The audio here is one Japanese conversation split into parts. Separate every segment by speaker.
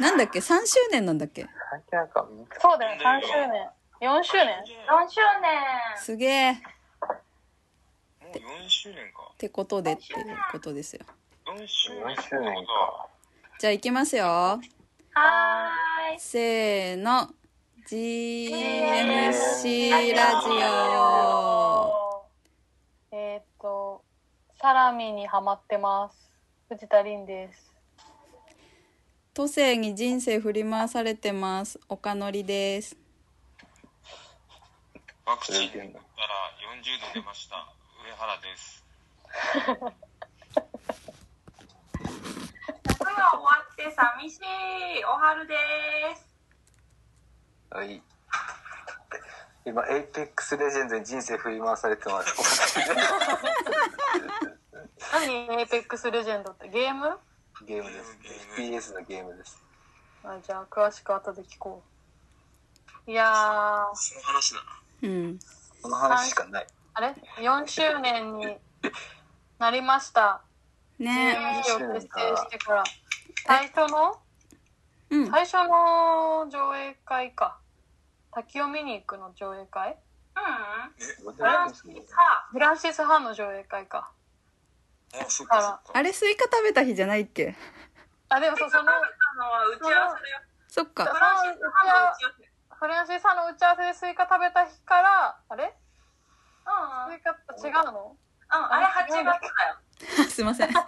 Speaker 1: なんだっけ ?3 周年なんだっけ
Speaker 2: 最近なんか、
Speaker 3: そうだよ、3周年。4周年。
Speaker 4: 4周年
Speaker 1: すげえっ
Speaker 5: もう4周年か。
Speaker 1: てことでってことですよ。
Speaker 5: 4周年
Speaker 2: 4周年か。
Speaker 1: じゃあ行きますよ。
Speaker 4: はーい
Speaker 1: せーの。GMC ラジオ。
Speaker 3: えーっと、サラミにハマってます。藤田凛です。
Speaker 1: 都政に人生振り回されてます。岡のりです。
Speaker 5: ワクチン打ったら40度出ました。上原です。
Speaker 4: 夏が終わって寂しいおはるです
Speaker 2: はい。今、エイペックスレジェンドに人生振り回されて ます。
Speaker 3: 何エイペックスレジェンドってゲーム
Speaker 2: ゲームです。FPS のゲームです。
Speaker 3: あじゃあ、詳しく後で聞こう。いやー、
Speaker 5: その話だな。
Speaker 1: うん。
Speaker 2: この話しかない。
Speaker 3: あれ ?4 周年になりました。
Speaker 1: ね
Speaker 3: GMC を結成してから。最初の
Speaker 1: うん。
Speaker 3: 最初の上映会か。滝を見に行くの上映会
Speaker 4: うんうんフランスに
Speaker 2: あ
Speaker 4: さ
Speaker 3: フランシス・ハンの上映会か。
Speaker 5: あ、そっかそっか。
Speaker 1: あれスイカ食べた日じゃないっけ
Speaker 3: あ、でもそう、その、
Speaker 4: あのは打ち合わせだよ
Speaker 1: そっ
Speaker 4: フ
Speaker 1: か。
Speaker 4: ランスの歯の打ち合わせ
Speaker 3: フランシス・ハンの打ち合わせでスイカ食べた日から、あれ
Speaker 4: うんうん
Speaker 3: スイカと違うの
Speaker 4: うんあれ8月だよ
Speaker 1: すいません。
Speaker 4: あれは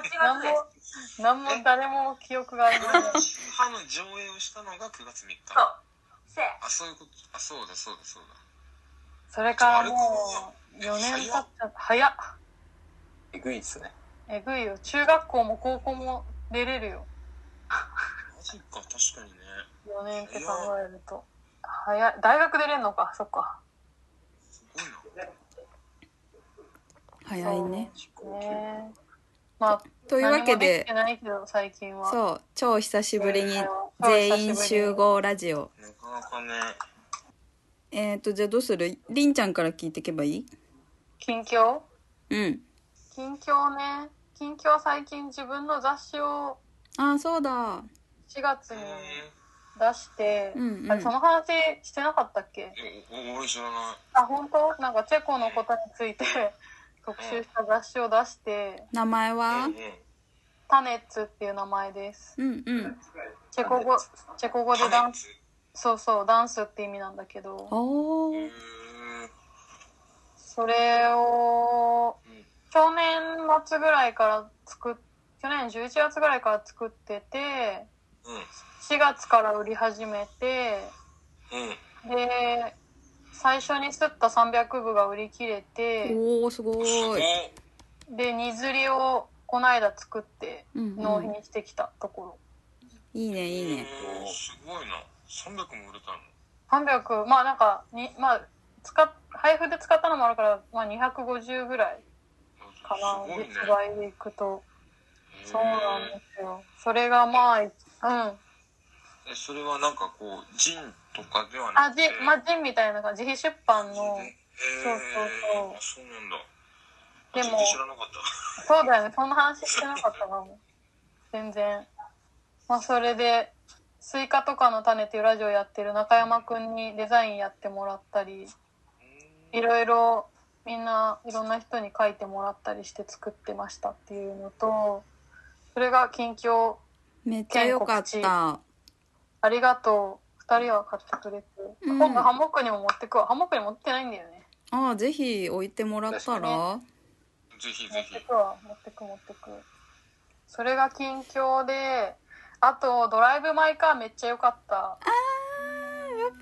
Speaker 4: 8
Speaker 3: なん
Speaker 4: 月
Speaker 3: も
Speaker 4: です、
Speaker 3: なんも誰も記憶がありません。
Speaker 5: 歯の上映をしたのが9月3日。
Speaker 4: そうせ
Speaker 5: あ、そういうこと。あ、そうだそうだそうだ。
Speaker 3: それからもう、4年経っちゃった。早っ。
Speaker 2: えぐいですね。
Speaker 3: えぐいよ。中学校も高校も出れるよ。
Speaker 5: マジか、確かにね。
Speaker 3: 4年って考えると。早い。大学出れんのか、そっか。
Speaker 5: すごいな。
Speaker 1: 早いね。
Speaker 3: ねまあ、
Speaker 1: というわけ
Speaker 3: 何もでき
Speaker 1: で
Speaker 3: て、ないけど、最近は。
Speaker 1: そう、超久しぶりに
Speaker 3: そう
Speaker 1: 全員集合ラジオ。
Speaker 5: なかなかね。
Speaker 1: えーと、じゃあどうするりんちゃんから聞いてけばいい
Speaker 3: 近況
Speaker 1: うん。
Speaker 3: 近況ね。近況は最近自分の雑誌を
Speaker 1: あー、そうだ。
Speaker 3: 4月
Speaker 5: え
Speaker 3: に出して、
Speaker 1: うんうん
Speaker 3: あれその話してなかったっけ
Speaker 5: え、お俺知らない。
Speaker 3: あ、本当なんかチェコのことに ついて特集した雑誌を出して、
Speaker 1: 名前は
Speaker 5: うんうん
Speaker 3: タネッツっていう名前です。
Speaker 1: うんうん。
Speaker 3: チェコ語、チェコ語でダンス、
Speaker 5: ス。
Speaker 3: そうそう、ダンスって意味なんだけど、
Speaker 1: お
Speaker 5: う
Speaker 1: ー。
Speaker 5: ーん
Speaker 3: それを
Speaker 5: うん
Speaker 3: 去年末ぐらいから作っ去年11月ぐらいから作ってて4月から売り始めて
Speaker 5: うん。うん。
Speaker 3: で最初に刷った300部が売り切れて
Speaker 1: おー、すご
Speaker 5: すご
Speaker 1: ー
Speaker 5: い
Speaker 1: い。。
Speaker 3: で荷刷りをこの間作って
Speaker 1: うん、
Speaker 3: 納
Speaker 1: う
Speaker 3: 品
Speaker 1: ん。
Speaker 3: にしてきたところ
Speaker 1: いいね、いいね。
Speaker 5: えーすごいな。300も売れたの。
Speaker 3: 300まあなんかにまあ使っ配布で使ったのもあるから、まあ、250ぐらいか
Speaker 5: す
Speaker 3: な
Speaker 5: ごいね。
Speaker 3: 実売でいくとそうなん
Speaker 5: へ
Speaker 3: ですよそれがまあうん
Speaker 5: ーえ、それはなんかこう、ジンとかではな
Speaker 3: あ
Speaker 5: くて。
Speaker 3: じ、まあ、ジンみたいな感じ、自費出版の、
Speaker 5: そう
Speaker 3: そうそうそう
Speaker 5: あ、そうなんだ。
Speaker 3: でも
Speaker 5: 全然知らなかった。
Speaker 3: そうだよね、そんな話してなかったかも。全然。まあ、それで、スイカとかの種っていうラジオやってる中山くんにデザインやってもらったり、いろいろ、みんないろんな人に書いてもらったりして作ってましたっていうのと、それが近況、
Speaker 1: めっちゃよかった。
Speaker 3: ありがとう。二人は買ってくれて。
Speaker 1: うん
Speaker 3: 今度ハンモックにも持ってくわ。ハンモックに持ってないんだよね。
Speaker 1: あー、ぜひ置いてもらったら。
Speaker 5: ぜひ
Speaker 3: 持
Speaker 5: ぜ
Speaker 3: っ
Speaker 5: ひ。
Speaker 3: てくわ持ってく持ってくそれが近況であと「ドライブ・マイ・カー」めっちゃ良かった
Speaker 1: やっぱり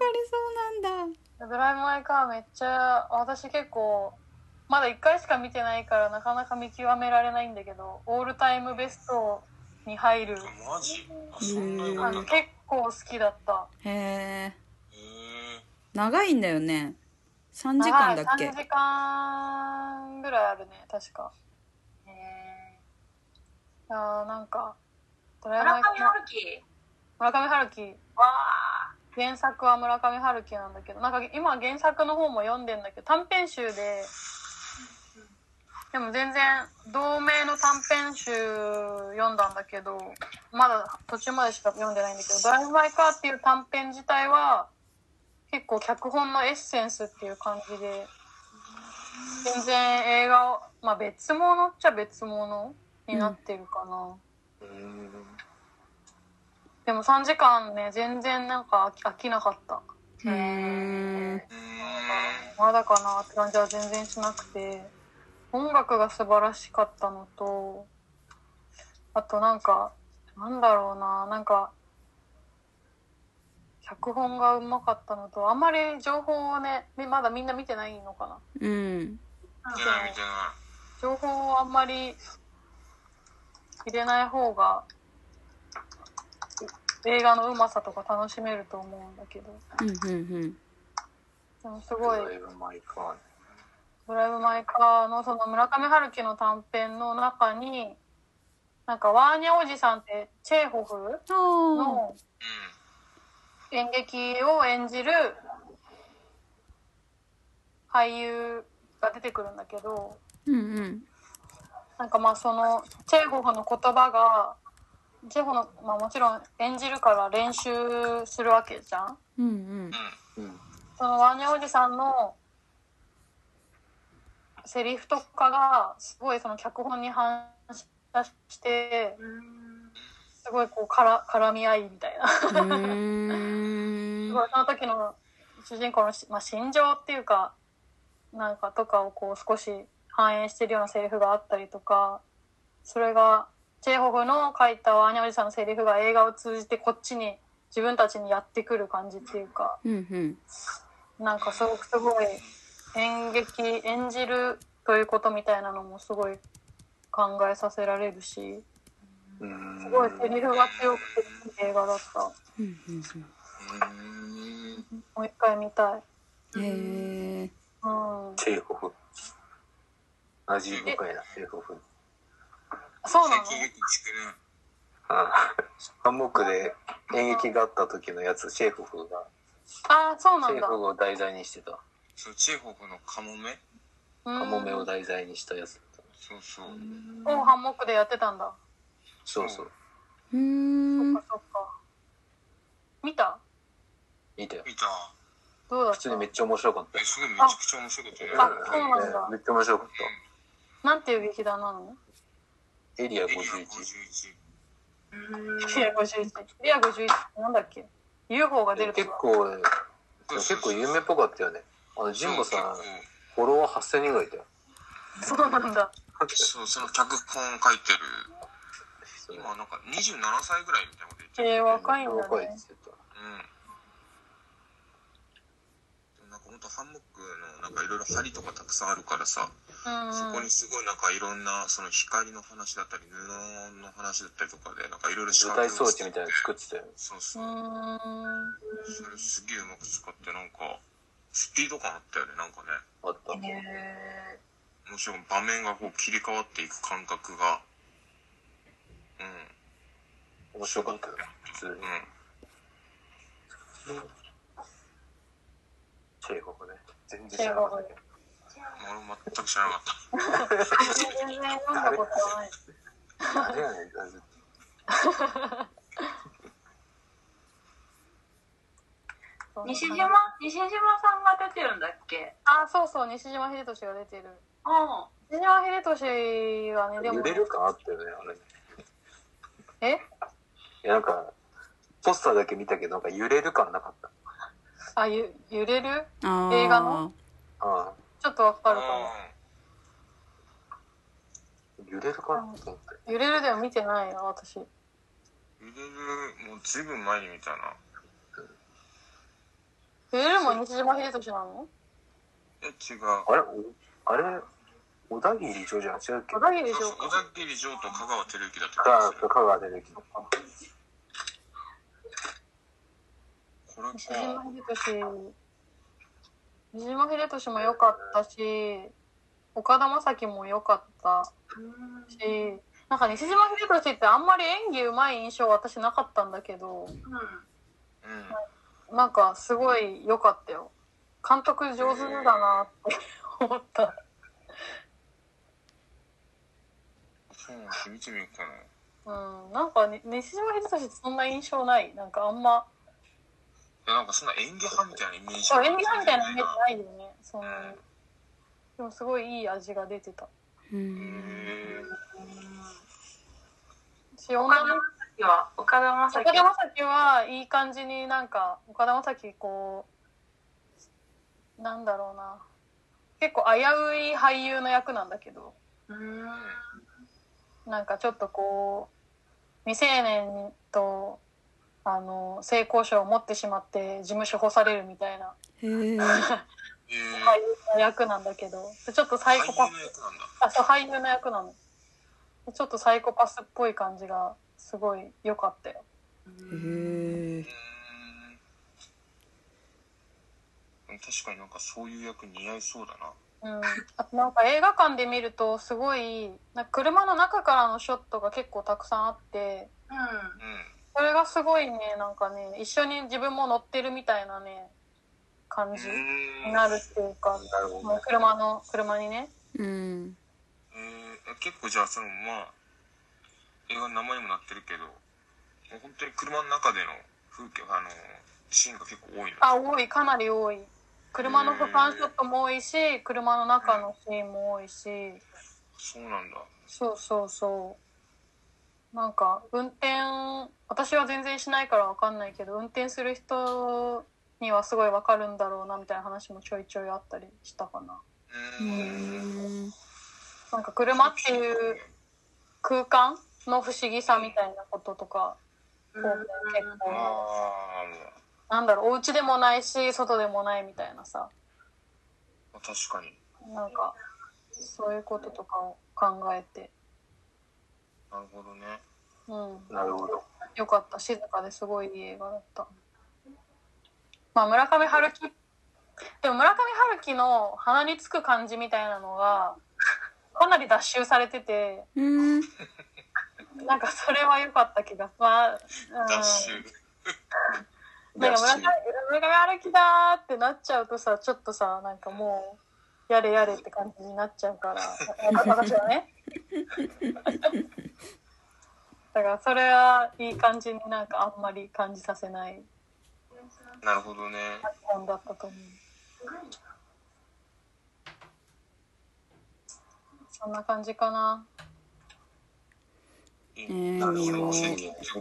Speaker 1: そうなんだ。
Speaker 3: 「ドライブ・マイ・カー」めっちゃ私結構まだ1回しか見てないからなかなか見極められないんだけどオールタイムベストに入る
Speaker 5: あマジあ、そんなよか
Speaker 3: あ
Speaker 5: った
Speaker 3: の
Speaker 5: ん
Speaker 3: 結
Speaker 5: だ。へ
Speaker 3: 構好きだった
Speaker 1: へえ。
Speaker 5: ー
Speaker 1: 長いんだよね。3時間だっけ
Speaker 3: 3時間ぐらいあるね確かへえあーなんか「ドライブ・マ
Speaker 4: 村
Speaker 3: イ・カー
Speaker 4: 上春樹」
Speaker 3: 村上春樹
Speaker 4: わ
Speaker 3: 原作は村上春樹なんだけどなんか今原作の方も読んでんだけど短編集ででも全然同名の短編集読んだんだけどまだ途中までしか読んでないんだけど「ドライブ・マイ・カー」っていう短編自体は結構脚本のエッセンスっていう感じで全然映画をまあ別物っちゃ別物になってるかな、
Speaker 2: うん。
Speaker 3: でも3時間ね全然なんか飽き飽きなかった
Speaker 1: うーん。
Speaker 5: うー
Speaker 3: まだかなって感じは全然しなくて音楽が素晴らしかったのとあとなんかなんだろうななんか脚本がうまかったのとあんまり情報をねみまだみんな見てないのかな
Speaker 1: うん。
Speaker 5: ん。じゃない、じゃな
Speaker 3: 情報をあんまり入れない方が映画のうまさとか楽しめると思うんだけど
Speaker 1: うん。うん。
Speaker 3: でもすごい
Speaker 2: だいぶ前か。
Speaker 3: ドライブ・マイ・カーのその村上春樹の短編の中に、なんかワーニャおじさんってチェーホフ
Speaker 1: あ
Speaker 3: の演劇を演じる俳優が出てくるんだけど、
Speaker 1: ーうんうん。
Speaker 3: なんかまあそのチェーホフの言葉が、チェーホフの、まあもちろん演じるから練習するわけじゃん。
Speaker 1: うん うん。
Speaker 2: うん。
Speaker 3: そのワーニャおじさんのセリフとかがすごいその脚本に反射してすごいこうから絡み合いみたいなす
Speaker 1: うーん
Speaker 3: ごいその時の主人公のし、まあ、心情っていうかなんかとかをこう少し反映してるようなセリフがあったりとかそれがチェーホフの書いたワーニャおじさんのセリフが映画を通じてこっちに自分たちにやってくる感じっていうか。
Speaker 1: うんうん。
Speaker 3: なんかすごくすごい演劇演じるということみたいなのもすごい考えさせられるし
Speaker 2: うん。
Speaker 3: すごいセリフが強くていい映画だった
Speaker 1: うんうん
Speaker 5: い。うーん。
Speaker 3: もう一回見たい
Speaker 1: うん。へえ。
Speaker 3: うん
Speaker 2: チェーホフ。味深いな、チェーホフ。
Speaker 3: そうなの
Speaker 5: 最近劇作るん。
Speaker 2: あハンモックで演劇があった時のやつ、チェーホフが、
Speaker 3: ああそうな
Speaker 2: チェ
Speaker 3: ん
Speaker 2: ー
Speaker 3: だ
Speaker 2: ホフを題材にしてた。
Speaker 5: そう、チェーホフのカモメ
Speaker 2: カモメ
Speaker 3: う
Speaker 2: を
Speaker 3: ん
Speaker 2: 題材にしたやつだった。
Speaker 5: そうそう。
Speaker 3: をハンモックでやってたんだ
Speaker 2: そうそう。
Speaker 1: うー
Speaker 3: そ
Speaker 1: ん。
Speaker 3: っかそっか見た
Speaker 2: 見たよ。
Speaker 5: 見た。
Speaker 3: どうだっ
Speaker 2: 普
Speaker 3: た
Speaker 2: 通にめっちゃ面白かった
Speaker 5: え、
Speaker 2: よ。
Speaker 5: すごいめちゃくちゃ面白かったよ。
Speaker 3: あそうなんだ
Speaker 2: めっちゃ面白かっ
Speaker 3: なんていう劇団なの
Speaker 2: た。エリア
Speaker 5: エリア
Speaker 2: 51。
Speaker 5: 51。
Speaker 3: リア51リア51ってなんだっけ UFO が出ると
Speaker 2: 結
Speaker 3: か
Speaker 2: 構、結構有名っぽかったよね。あの、ジンボさん
Speaker 5: そう、結
Speaker 2: フォロワー8000人ぐらいいたよ。
Speaker 3: そうなんだ
Speaker 5: 構そう、その脚本を書いてる。今なんか27歳ぐらいみたいなこと言ってる。
Speaker 3: えー、若いんだ
Speaker 2: 若いって
Speaker 3: ね
Speaker 2: 言ってた。
Speaker 5: うん。でもなんか本当ハンモックのなんかいろいろ針とかたくさんあるから
Speaker 3: う
Speaker 5: さ、
Speaker 3: ん
Speaker 5: そこにすごいなんかいろんなその光の話だったり布の話だったりとかでなんかいろいろ仕
Speaker 2: 舞台
Speaker 5: 掛け
Speaker 2: 装
Speaker 5: をし
Speaker 2: 置
Speaker 5: て
Speaker 2: みたいなの作ってたよね。
Speaker 5: そう
Speaker 3: う
Speaker 5: そう。
Speaker 3: ーん
Speaker 5: それすげえうまく使ってなんかスピード感あったよねなんかね
Speaker 2: あった。
Speaker 5: もちろん場面がこう切り替わっていく感覚がうん
Speaker 2: 面白かったよ。普通に
Speaker 5: う。ん
Speaker 2: チェイホフね。全然知らなかったけど。
Speaker 5: 俺も全く知らなかった
Speaker 3: 全然読んだことない。
Speaker 2: 誰やねん、ずっ
Speaker 4: 西島西島さんが出てるんだっけ
Speaker 3: あ、そうそう、西島秀俊が出てる。
Speaker 4: うん。
Speaker 3: 西島秀俊がね、で
Speaker 2: と。
Speaker 3: も
Speaker 2: 揺、れる感あったよね、あれ。い
Speaker 3: え
Speaker 2: や、なんか、ポスターだけ見たけど、なんか揺れる感なかった。
Speaker 3: あ、ゆ揺れる
Speaker 1: ああ。
Speaker 3: 映画の
Speaker 2: ああ、
Speaker 3: ちょっとわかるか
Speaker 2: 揺れる感と思って。
Speaker 3: も。揺れるでも見てないな、私。
Speaker 5: うん入れるもうずいぶん前に見たな
Speaker 3: 揺れるも西島秀俊なの
Speaker 5: え違う
Speaker 2: あれ、おあれ、小田切長じゃん違うっけ
Speaker 3: 小田切丈夫
Speaker 5: そうそう小田切城と香川照之だった
Speaker 2: ああ、香川出てきた。
Speaker 5: これか
Speaker 3: 西島秀俊。西島秀俊も良かったし、岡田将生も良かったし、なんか西島秀俊ってあんまり演技うまい印象は私なかったんだけど、
Speaker 5: うん
Speaker 3: なんかすごい良かったよ。監督上手だなって思った。
Speaker 5: 見てみようかな。
Speaker 3: うん、なんか、ね、西島秀俊ってそんな印象ない。なんかあんま、
Speaker 5: いや、なんかそんな演技派みたいなイメージ。
Speaker 3: そう演技派みたいなイメージ
Speaker 5: い。
Speaker 3: ないよね。そんなに
Speaker 5: うん。
Speaker 3: でもすごいいい味が出てた。
Speaker 1: う
Speaker 5: へ
Speaker 1: ん
Speaker 5: ー
Speaker 3: し、女
Speaker 4: 岡田
Speaker 3: の
Speaker 4: 将生は岡田将
Speaker 3: 岡
Speaker 4: 生
Speaker 3: 田将生はいい感じになんか岡田将生こうなんだろうな結構危うい俳優の役なんだけど
Speaker 4: うーん
Speaker 3: なんかちょっとこう未成年とあの性交渉を持ってしまって事務所干されるみたいな
Speaker 1: へえ
Speaker 5: え
Speaker 3: 俳優
Speaker 5: ー、
Speaker 3: の役なんだけどちょっとサイ
Speaker 5: 俳優
Speaker 3: コパス
Speaker 5: の役なんだ。
Speaker 3: あそう俳優の役なのちょっとサイコパスっぽい感じがすごい良かったよ
Speaker 1: へえ
Speaker 5: うーん確かになんかそういう役似合いそうだな。
Speaker 3: うん、あとなんか映画館で見るとすごいなんか車の中からのショットが結構たくさんあって
Speaker 4: うん
Speaker 5: う
Speaker 3: それがすごいねなんかね一緒に自分も乗ってるみたいなね感じに
Speaker 5: ん。
Speaker 3: なるっていうか
Speaker 2: なるほど
Speaker 3: まあ
Speaker 2: ね。
Speaker 3: 車の車にね
Speaker 1: うん
Speaker 5: えー、結構じゃあそのまあ映画の名前にもなってるけど、もう本当に車の中での風景あのシーンが結構多いの。
Speaker 3: あ多いかなり多い車の俯瞰ショットも多いし車の中のシーンも多いし
Speaker 5: そうなんだ。
Speaker 3: そうそうそうなんか運転私は全然しないからわかんないけど運転する人にはすごいわかるんだろうなみたいな話もちょいちょいあったりしたかな
Speaker 5: う
Speaker 1: う
Speaker 5: ーん。
Speaker 1: ん
Speaker 3: なんか車っていう空間の不思議さみたいなこととかを結
Speaker 5: あ
Speaker 3: 構
Speaker 5: あ、もう
Speaker 3: なんだろうお家でもないし外でもないみたいなさ
Speaker 5: まあ確かに。
Speaker 3: なんかそういうこととかを考えて
Speaker 5: なるほどね。
Speaker 3: うん
Speaker 2: なるほど。
Speaker 3: よかった静かですごいいい映画だったまあ村上春樹でも村上春樹の鼻につく感じみたいなの がかなり脱臭されてて
Speaker 1: うん
Speaker 3: なんかそれは良かった気がまあ、うん、
Speaker 5: ダッシュ。
Speaker 3: なんか村上
Speaker 5: ダッシ
Speaker 3: 村上春樹だーってなっちゃうとさちょっとさなんかもうやれやれって感じになっちゃう からわ私はねだからそれはいい感じになんかあんまり感じさせない
Speaker 5: ュなるほどね。
Speaker 3: 本だったと思う。そんな感じかな。
Speaker 5: いい
Speaker 1: え
Speaker 5: ね
Speaker 1: ー
Speaker 2: なる
Speaker 1: 見よ
Speaker 2: ほど。
Speaker 1: う
Speaker 2: 見てみよう。見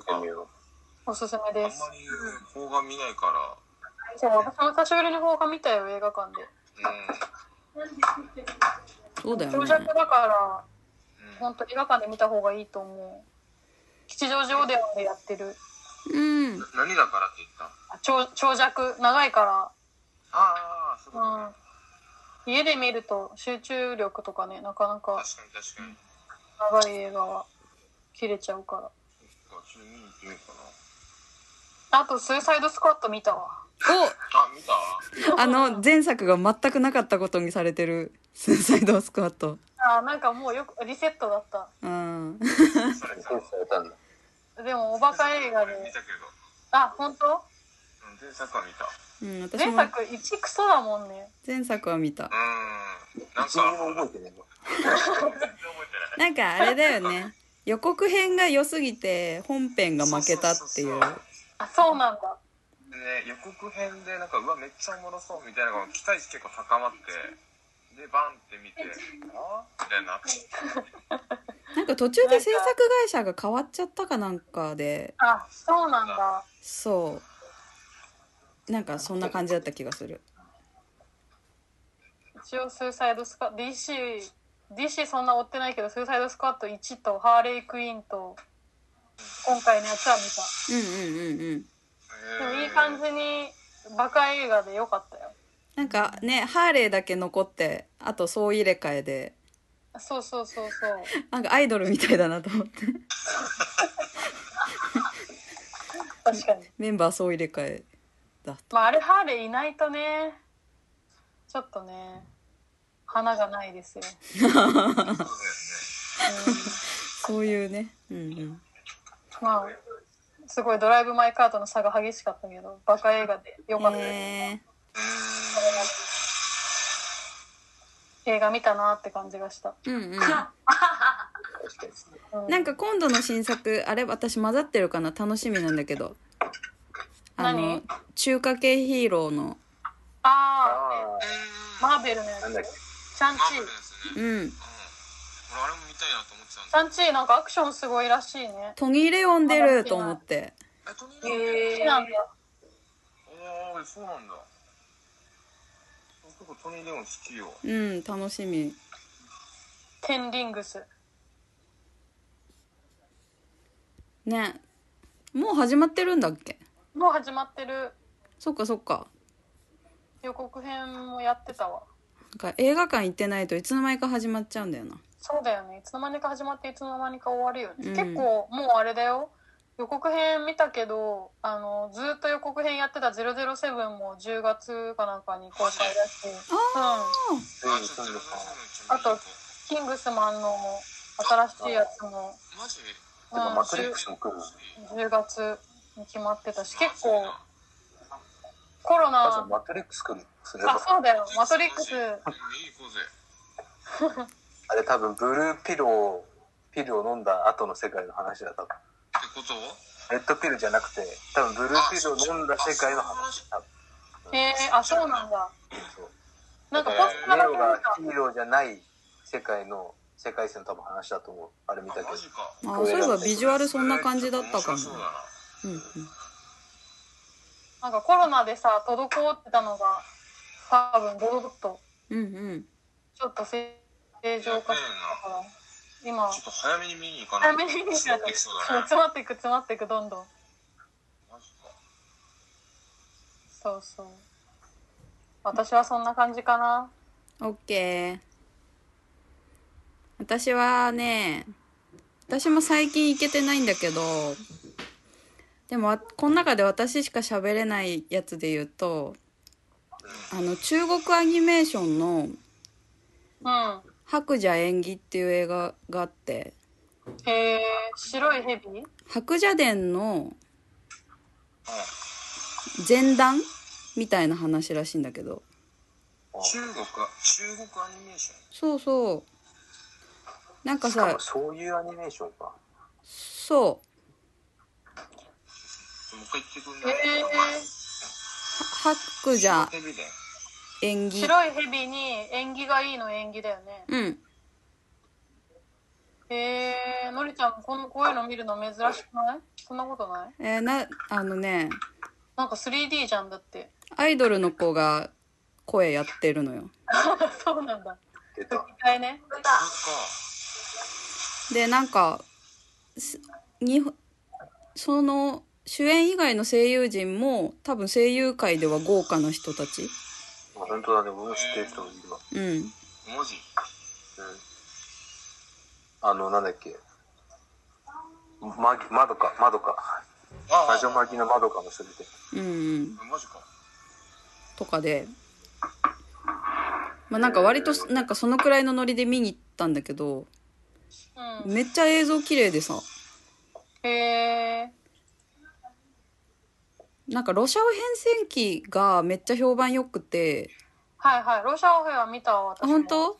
Speaker 2: てみよ
Speaker 3: おすすめ
Speaker 5: あん
Speaker 3: で。
Speaker 5: ますり邦画見ないか
Speaker 3: そう、私も久しぶりに邦画見たよ、映画館で。
Speaker 5: ら。う
Speaker 1: そう
Speaker 5: ん。
Speaker 1: だよ
Speaker 3: 長
Speaker 1: ね
Speaker 3: 尺だから、
Speaker 5: うん
Speaker 3: 本当映画館で見た方がいいと思う。吉祥寺オーデオンでやってる。
Speaker 1: うん
Speaker 5: 何だからって言った
Speaker 3: あ長長尺、長いか
Speaker 5: ああ、そういう
Speaker 3: ら。
Speaker 5: こと
Speaker 3: う
Speaker 5: ね
Speaker 3: ん。。家で見ると集中力とかね、なかなか
Speaker 5: 確かに確かに。
Speaker 3: 長い映画は切れちゃうから。
Speaker 5: そっか、それ見に行ってみようかな。
Speaker 3: あと、スーサイドスクワット見たわ。
Speaker 5: あ、 見た
Speaker 1: おあの前作が全くなかったことにされてる「スーサイドスクワット
Speaker 3: あーなんかもうよくリセットだった。」
Speaker 1: うん
Speaker 5: それ
Speaker 2: う。そうされたんだ。
Speaker 3: でもおバカ映画
Speaker 5: 見
Speaker 3: で
Speaker 5: たけど。
Speaker 3: あ本当
Speaker 5: うん、前作は見た。
Speaker 1: うん私
Speaker 3: 前
Speaker 1: も
Speaker 3: 作一クソだもんね
Speaker 1: 前作は見た
Speaker 5: うーん。なん
Speaker 2: 一ミリも覚えて
Speaker 5: か、
Speaker 2: ないもん。
Speaker 5: 全然覚えてない。
Speaker 1: なんかあれだよね予告編が良すぎて本編が負けたっていう
Speaker 5: そうそうそう
Speaker 3: あそうなんだ
Speaker 5: ね、予告編でなんかうわめっちゃおもろそうみたいなのが期待値結構高まってでバンって見てあーみたいになって
Speaker 1: なんか途中で制作会社が変わっちゃったかなんかで
Speaker 3: あそうなんだ
Speaker 1: そうなんかそんな感じだった気がする
Speaker 3: 一応スーサイドスカ DC DC そんな追ってないけどスーサイドスクワット1とハーレイクイーンと今回のやつは見た
Speaker 1: うんうんうんうん
Speaker 3: でもいい感じにバカ映画でよかったよ
Speaker 1: なんかねハーレーだけ残ってあと総入れ替えで
Speaker 3: そうそうそ うそう
Speaker 1: なんかアイドルみたいだなと思って
Speaker 3: 確かに
Speaker 1: メンバー総入れ替えだ
Speaker 3: まああれハーレイいないとねちょっとね花がないですよ、
Speaker 5: そうだよね
Speaker 3: うん
Speaker 1: そういうねうん
Speaker 3: まあすごい「ドライブ・マイ・カート」の差が激しかったけどバカ映画でよ
Speaker 1: う
Speaker 3: かっ
Speaker 1: ん
Speaker 3: たです、
Speaker 1: へえ
Speaker 5: うーん
Speaker 3: 映画見たなって感じがした
Speaker 1: うんうん
Speaker 2: 行きたいですね。
Speaker 3: うん
Speaker 1: なんか今度の新作あれ私混ざってるかな楽しみなんだけどあの
Speaker 3: 何
Speaker 1: 中華系ヒーローの
Speaker 3: あ
Speaker 2: あ
Speaker 3: あ、マーベルのや
Speaker 2: あ、なん
Speaker 3: つ。
Speaker 2: だっけ。
Speaker 3: シャンチ
Speaker 5: マーベル
Speaker 3: ー
Speaker 5: で。すね。うん。
Speaker 1: うん
Speaker 5: 俺あれも見たいなと思ってたん
Speaker 3: シャンチーなんかアクションすごいらしいね。
Speaker 1: トニー・レオン出ると思って
Speaker 5: だ。え、トニーレオン
Speaker 4: へ
Speaker 3: 好
Speaker 4: ー
Speaker 3: きなんだ。
Speaker 5: ああ、そうなんだ。僕トニーレオン好きよ。
Speaker 1: うん楽しみ
Speaker 3: テンリングス。
Speaker 1: ねもう始まってるんだっけ
Speaker 3: もう始まってる
Speaker 1: そっかそっか
Speaker 3: 予告編もやってたわ。
Speaker 1: なんか映画館行ってないといつの間にか始まっちゃうんだよな
Speaker 3: そうだよね。いつの間にか始まっていつの間にか終わるよね。
Speaker 1: うん
Speaker 3: 結構もうあれだよ。予告編見たけど、あの、ずっと予告編やってた007も10月かなんかに公開だし、う
Speaker 2: 全部住んで
Speaker 5: あ
Speaker 3: あとん。キングスマンの新しいやつも、
Speaker 5: マジ
Speaker 2: た。てか、マトリックスも来るの。
Speaker 3: 10月に決まってたし、結構コロ
Speaker 2: あ、そう、
Speaker 3: ナ、
Speaker 2: マトリックス来る。それ
Speaker 3: あ、
Speaker 2: は
Speaker 3: そうだよ。マトリックス、
Speaker 5: いいこうぜ。
Speaker 2: あれ多分、ブルーピローを、ピルを飲んだ後の世界の話だ、多分。
Speaker 5: ってこと
Speaker 2: レッドピルじゃなくて、多分、ブルーピルを飲んだ世界の話。多分
Speaker 3: えー、あ、そうなんだ。
Speaker 2: そう
Speaker 3: なんかポ
Speaker 2: だ
Speaker 3: ス
Speaker 2: か
Speaker 3: ター
Speaker 2: ら
Speaker 3: だ
Speaker 2: ネ
Speaker 3: け見
Speaker 2: ロがヒー
Speaker 3: た。
Speaker 2: ローじゃない世界の、世界線の多分話だと思う。あれ見たけ
Speaker 5: あ、
Speaker 2: ど
Speaker 5: マ。ジか。
Speaker 1: あそういえばビジュアルそんな感じだったかも
Speaker 5: 面白そうだな
Speaker 1: うんうん
Speaker 3: なんかコロナでさ、滞ってたのが、多分ボロッと、
Speaker 1: うんうん
Speaker 3: ちょっと正常化したから、今、
Speaker 5: ちょっ
Speaker 3: そ
Speaker 5: と早めに見に行かない
Speaker 3: 早め
Speaker 5: と。
Speaker 3: に見に行かない
Speaker 5: 詰まっ
Speaker 3: と
Speaker 5: てきそ
Speaker 3: う
Speaker 5: うだね。
Speaker 3: 詰まっていく詰まっていく、どんどん。
Speaker 5: マジか。
Speaker 3: そうそう。私はそんな感じかな。
Speaker 1: オッケー私はね私も最近行けてないんだけどでもわこの中で私しか喋れないやつで言うとあの中国アニメーションの
Speaker 3: うん。
Speaker 1: 「白蛇縁起」っていう映画があって
Speaker 3: えー、白い蛇
Speaker 1: 白蛇伝の
Speaker 5: うん
Speaker 1: 前段みたいな話らしいんだけど
Speaker 5: 中国か中国アニメーション
Speaker 1: そうそうなんか
Speaker 2: しか
Speaker 1: さ
Speaker 2: も、そういうアニメーションか。
Speaker 1: そう
Speaker 5: もう一回言ってくん
Speaker 3: え
Speaker 5: ない、
Speaker 3: ー、
Speaker 1: 白
Speaker 5: ゃ
Speaker 1: 蛇
Speaker 5: テレビで
Speaker 1: 縁起
Speaker 3: 白い蛇に縁起がいいの縁起だよね。
Speaker 1: うん
Speaker 3: えー、のりちゃんこの、こういうの見るの珍しくないそんなことない
Speaker 1: えーなあのね
Speaker 3: なんか 3D じゃんだって。
Speaker 1: アイドルの子が声やってるのよ
Speaker 3: そうなんだ。
Speaker 2: 出た。
Speaker 3: 吹き替えね。
Speaker 5: あそ
Speaker 1: でなんかす日本その主演以外の声優陣も多分声優界では豪華な人たち
Speaker 2: あ本当だね、僕も知ってる人もいるわ。
Speaker 1: うん
Speaker 5: っか文
Speaker 2: う
Speaker 5: 字
Speaker 2: んあの、なんだっけ。ま、まどか、まどか。
Speaker 5: あ
Speaker 2: 魔女巻きのまどかの人出てる。
Speaker 1: うんうん
Speaker 5: マジか
Speaker 1: とかでまあなんか割となんかそのくらいのノリで見に行ったんだけど
Speaker 3: うん。
Speaker 1: めっちゃ映像綺麗でさ
Speaker 3: え
Speaker 1: なんかロシャオ変遷記がめっちゃ評判良くて
Speaker 3: はいはい。ロシャオフェア見たわ、私
Speaker 1: あ
Speaker 3: も。
Speaker 1: 本当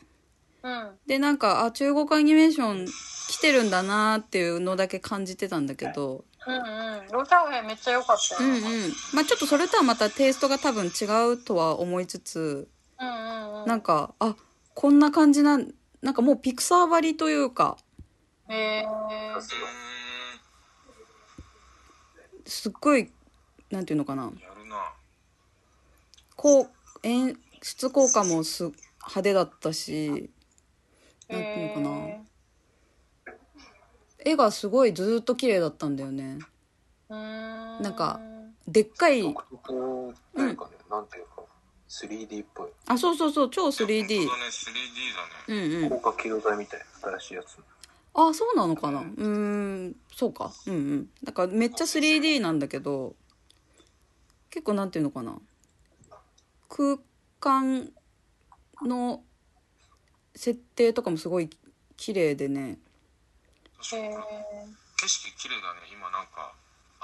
Speaker 3: うん。
Speaker 1: でなんかあ中国アニメーション来てるんだなっていうのだけ感じてたんだけど
Speaker 3: うんうん。ロシャオフェアめっちゃ良かった
Speaker 1: う
Speaker 3: よ。
Speaker 1: んうんまあちょっとそれとはまたテイストが多分違うとは思いつつ
Speaker 3: うんうんうん。
Speaker 1: なんかあこんな感じなんなんかもうピクサー張りというか
Speaker 3: え
Speaker 2: さ
Speaker 3: ー、
Speaker 2: すが
Speaker 5: うー
Speaker 1: すっごいなんていうのかなん
Speaker 5: やるな
Speaker 1: こう演出効果もす派手だったしなんていうのかな
Speaker 3: え
Speaker 1: 絵がすごいずーっと綺麗だったんだよね
Speaker 3: ーうーん。
Speaker 1: なんかでっかい
Speaker 2: 独特というかね、なんていうか、3D っぽい。
Speaker 1: あそうそうそう超 3D
Speaker 5: 本当だね 3D だね
Speaker 1: うんうん
Speaker 2: 高架機動隊みたいな新しいやつ。
Speaker 1: あそうなのかなうーんそうかうんうんだからめっちゃ 3D なんだけど結構なんていうのかな空間の設定とかもすごい綺麗でね
Speaker 5: 確
Speaker 3: え
Speaker 5: かに景色綺麗だね今なんか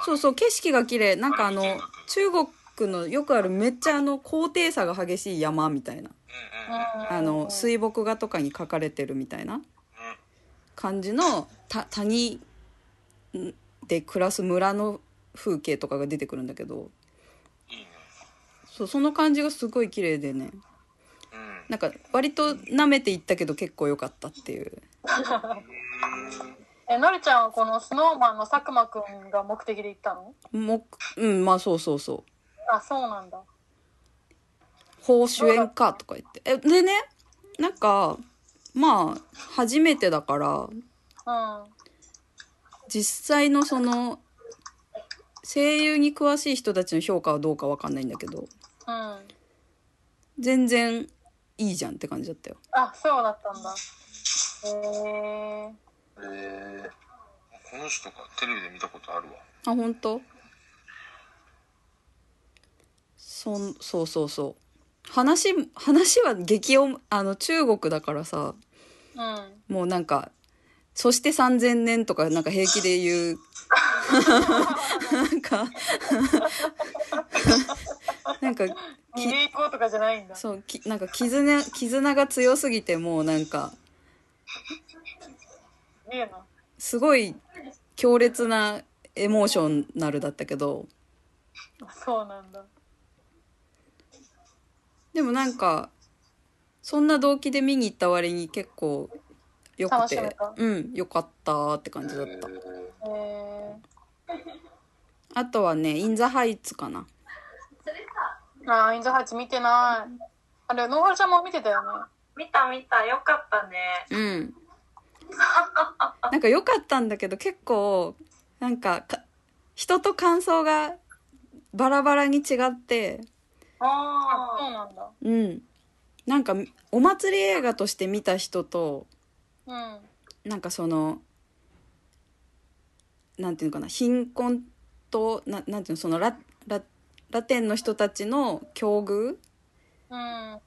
Speaker 1: そうそう景色が綺麗なんかあの中国のよくあるめっちゃあの高低差が激しい山みたいな
Speaker 5: うんうんうん
Speaker 3: ー、
Speaker 1: あの水墨画とかに描かれてるみたいな感じのた谷で暮らす村の風景とかが出てくるんだけど
Speaker 5: いいね
Speaker 1: そうその感じがすごい綺麗でね
Speaker 5: うん
Speaker 1: なんか割と舐めていったけど結構良かったっていう
Speaker 3: え、のりちゃんはこのスノーマンの佐久間くんが目的で行ったの
Speaker 1: もううんまあそうそうそう
Speaker 3: あ、そうなんだ。
Speaker 1: 報主演かとか言ってえでねなんかまあ初めてだから
Speaker 3: うん。
Speaker 1: 実際のその声優に詳しい人たちの評価はどうかわかんないんだけど
Speaker 3: うん。
Speaker 1: 全然いいじゃんって感じだったよ
Speaker 3: あ、そうだったんだ。へえ
Speaker 2: え
Speaker 5: この人かテレビで見たことあるわ
Speaker 1: あ本当そんそうそうそう話話は激おあの中国だからさ
Speaker 3: うん。
Speaker 1: もうなんか「そして3,000年」とかなんか平気で言う なんか なんか
Speaker 3: 逃げ行こうとかじゃないんだ。
Speaker 1: そうきなんか絆絆が強すぎてもうなんか
Speaker 3: すげえな。
Speaker 1: すごい強烈なエモーションナルだったけど
Speaker 3: あそうなんだ。
Speaker 1: でもなんかそんな動機で見に行った割に結構よく
Speaker 3: 楽しめ
Speaker 1: て
Speaker 3: た
Speaker 1: うんよかったって感じだっ
Speaker 2: ー
Speaker 1: た
Speaker 3: へえ
Speaker 1: あとはね「イン・ザ・ハイツ」かな
Speaker 3: あー、インザハイチ見てない。あれ、ノーフルちゃんも見てたよね。
Speaker 4: 見た見た、よかったね。
Speaker 1: うん。なんか良かったんだけど結構なんかか人と感想がバラバラに違って
Speaker 3: あ、そ
Speaker 4: あ
Speaker 3: うなんだ。
Speaker 1: うんなんかお祭り映画として見た人と
Speaker 3: うん。
Speaker 1: なんかそのなんていうのかな貧困とななんていうのそのラララテンの人たちの境遇
Speaker 3: うん。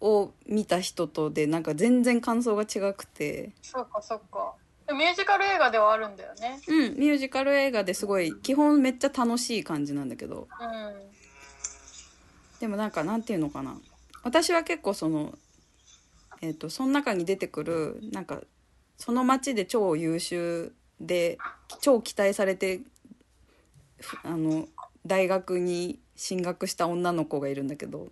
Speaker 1: を見た人とでなんか全然感想が違くて。
Speaker 3: そっかそっか。でもミュージカル映画ではあるんだよね。
Speaker 1: うん、ミュージカル映画ですごい基本めっちゃ楽しい感じなんだけど
Speaker 3: うん。
Speaker 1: でもなんかなんていうのかな私は結構そのえっ、とその中に出てくるなんかその町で超優秀で超期待されてふあの大学に進学した女の子がいるんだけど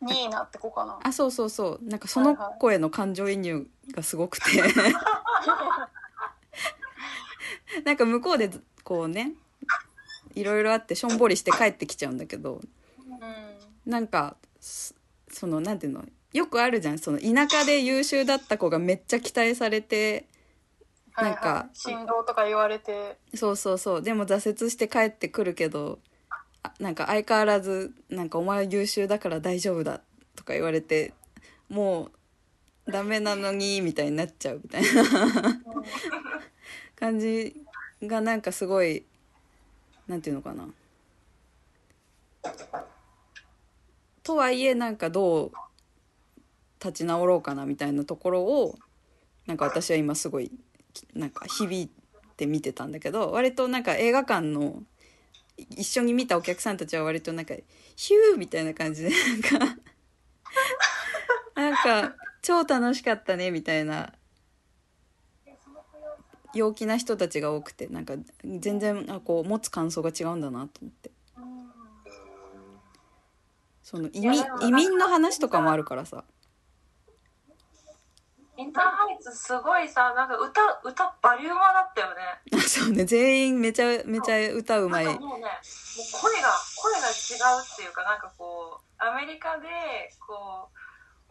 Speaker 3: ニーナって子かな。
Speaker 1: あそうそうそうなんかその子への感情移入がすごくてなんか向こうでこうねいろいろあってしょんぼりして帰ってきちゃうんだけど
Speaker 3: うん。
Speaker 1: なんかすそのなんていうのよくあるじゃんその田舎で優秀だった子がめっちゃ期待されて
Speaker 3: は
Speaker 1: な
Speaker 3: い
Speaker 1: んか
Speaker 3: はい、振動とか言われて
Speaker 1: そうそうそうでも挫折して帰ってくるけどあなんか相変わらず「なんかお前は優秀だから大丈夫だ」とか言われてもうダメなのにみたいになっちゃうみたいな 感じがなんかすごいなんていうのかな。とはいえなんかどう立ち直ろうかなみたいなところをなんか私は今すごいなんか響いって見てたんだけど割となんか映画館のい一緒に見たお客さんたちは割となんかヒューみたいな感じでなんかなんか超楽しかったねみたいな陽気な人たちが多くてなんか全然あこう持つ感想が違うんだなと思ってその移民移民の話とかもあるからさ
Speaker 4: ーインターハイツすごいさ、なんか歌、歌バリウマだったよね。
Speaker 1: あ そうね全員めちゃめちゃ歌うまい
Speaker 4: なんかもうね、もう声が、声が違うっていうか、なんかこう、アメリカで、こ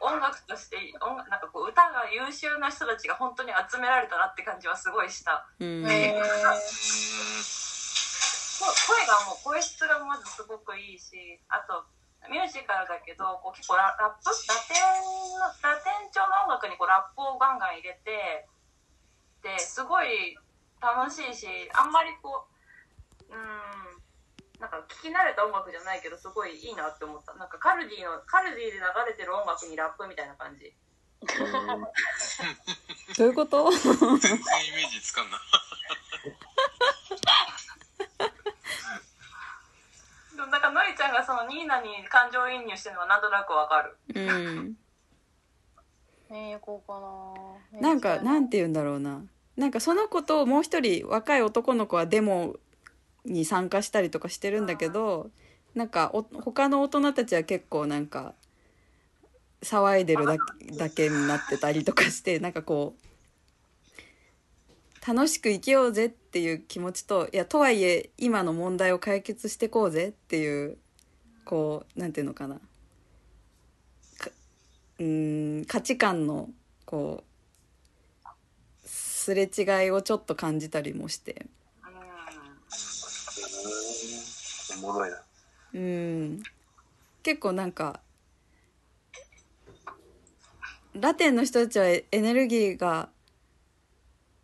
Speaker 4: う、音楽として、音なんかこう、歌が優秀な人たちが本当に集められたなって感じはすごいした。
Speaker 1: うん
Speaker 3: へ
Speaker 4: こ声がもう、声質がまずすごくいいし、あと、ミュージカルだけど、こう結構ララップラテンの、ラテン調の音楽にこうラップをガンガン入れて、で、すごい楽しいし、あんまりこう、うん、なんか聞き慣れた音楽じゃないけどすごいいいなって思ったなんかカルディのカルディで流れてる音楽にラップみたいな感じ
Speaker 1: どういうこと
Speaker 5: 全然イメージつかんな
Speaker 4: でもなんかのりちゃんがそのニーナに感情移入してるのはなんとなくわかる
Speaker 1: うん
Speaker 3: えね行こうかな。
Speaker 1: なんかなんて言うんだろうななんかその子ともう一人若い男の子はデモに参加したりとかしてるんだけどなんかお他の大人たちは結構なんか騒いでるだけだけになってたりとかして なんかこう楽しく生きようぜっていう気持ちといやとはいえ今の問題を解決してこうぜっていうこうなんていうのかなかうーん価値観のこうすれ違いをちょっと感じたりもして
Speaker 2: おもろいな。
Speaker 1: うん結構なんかラテンの人たちはエネルギーが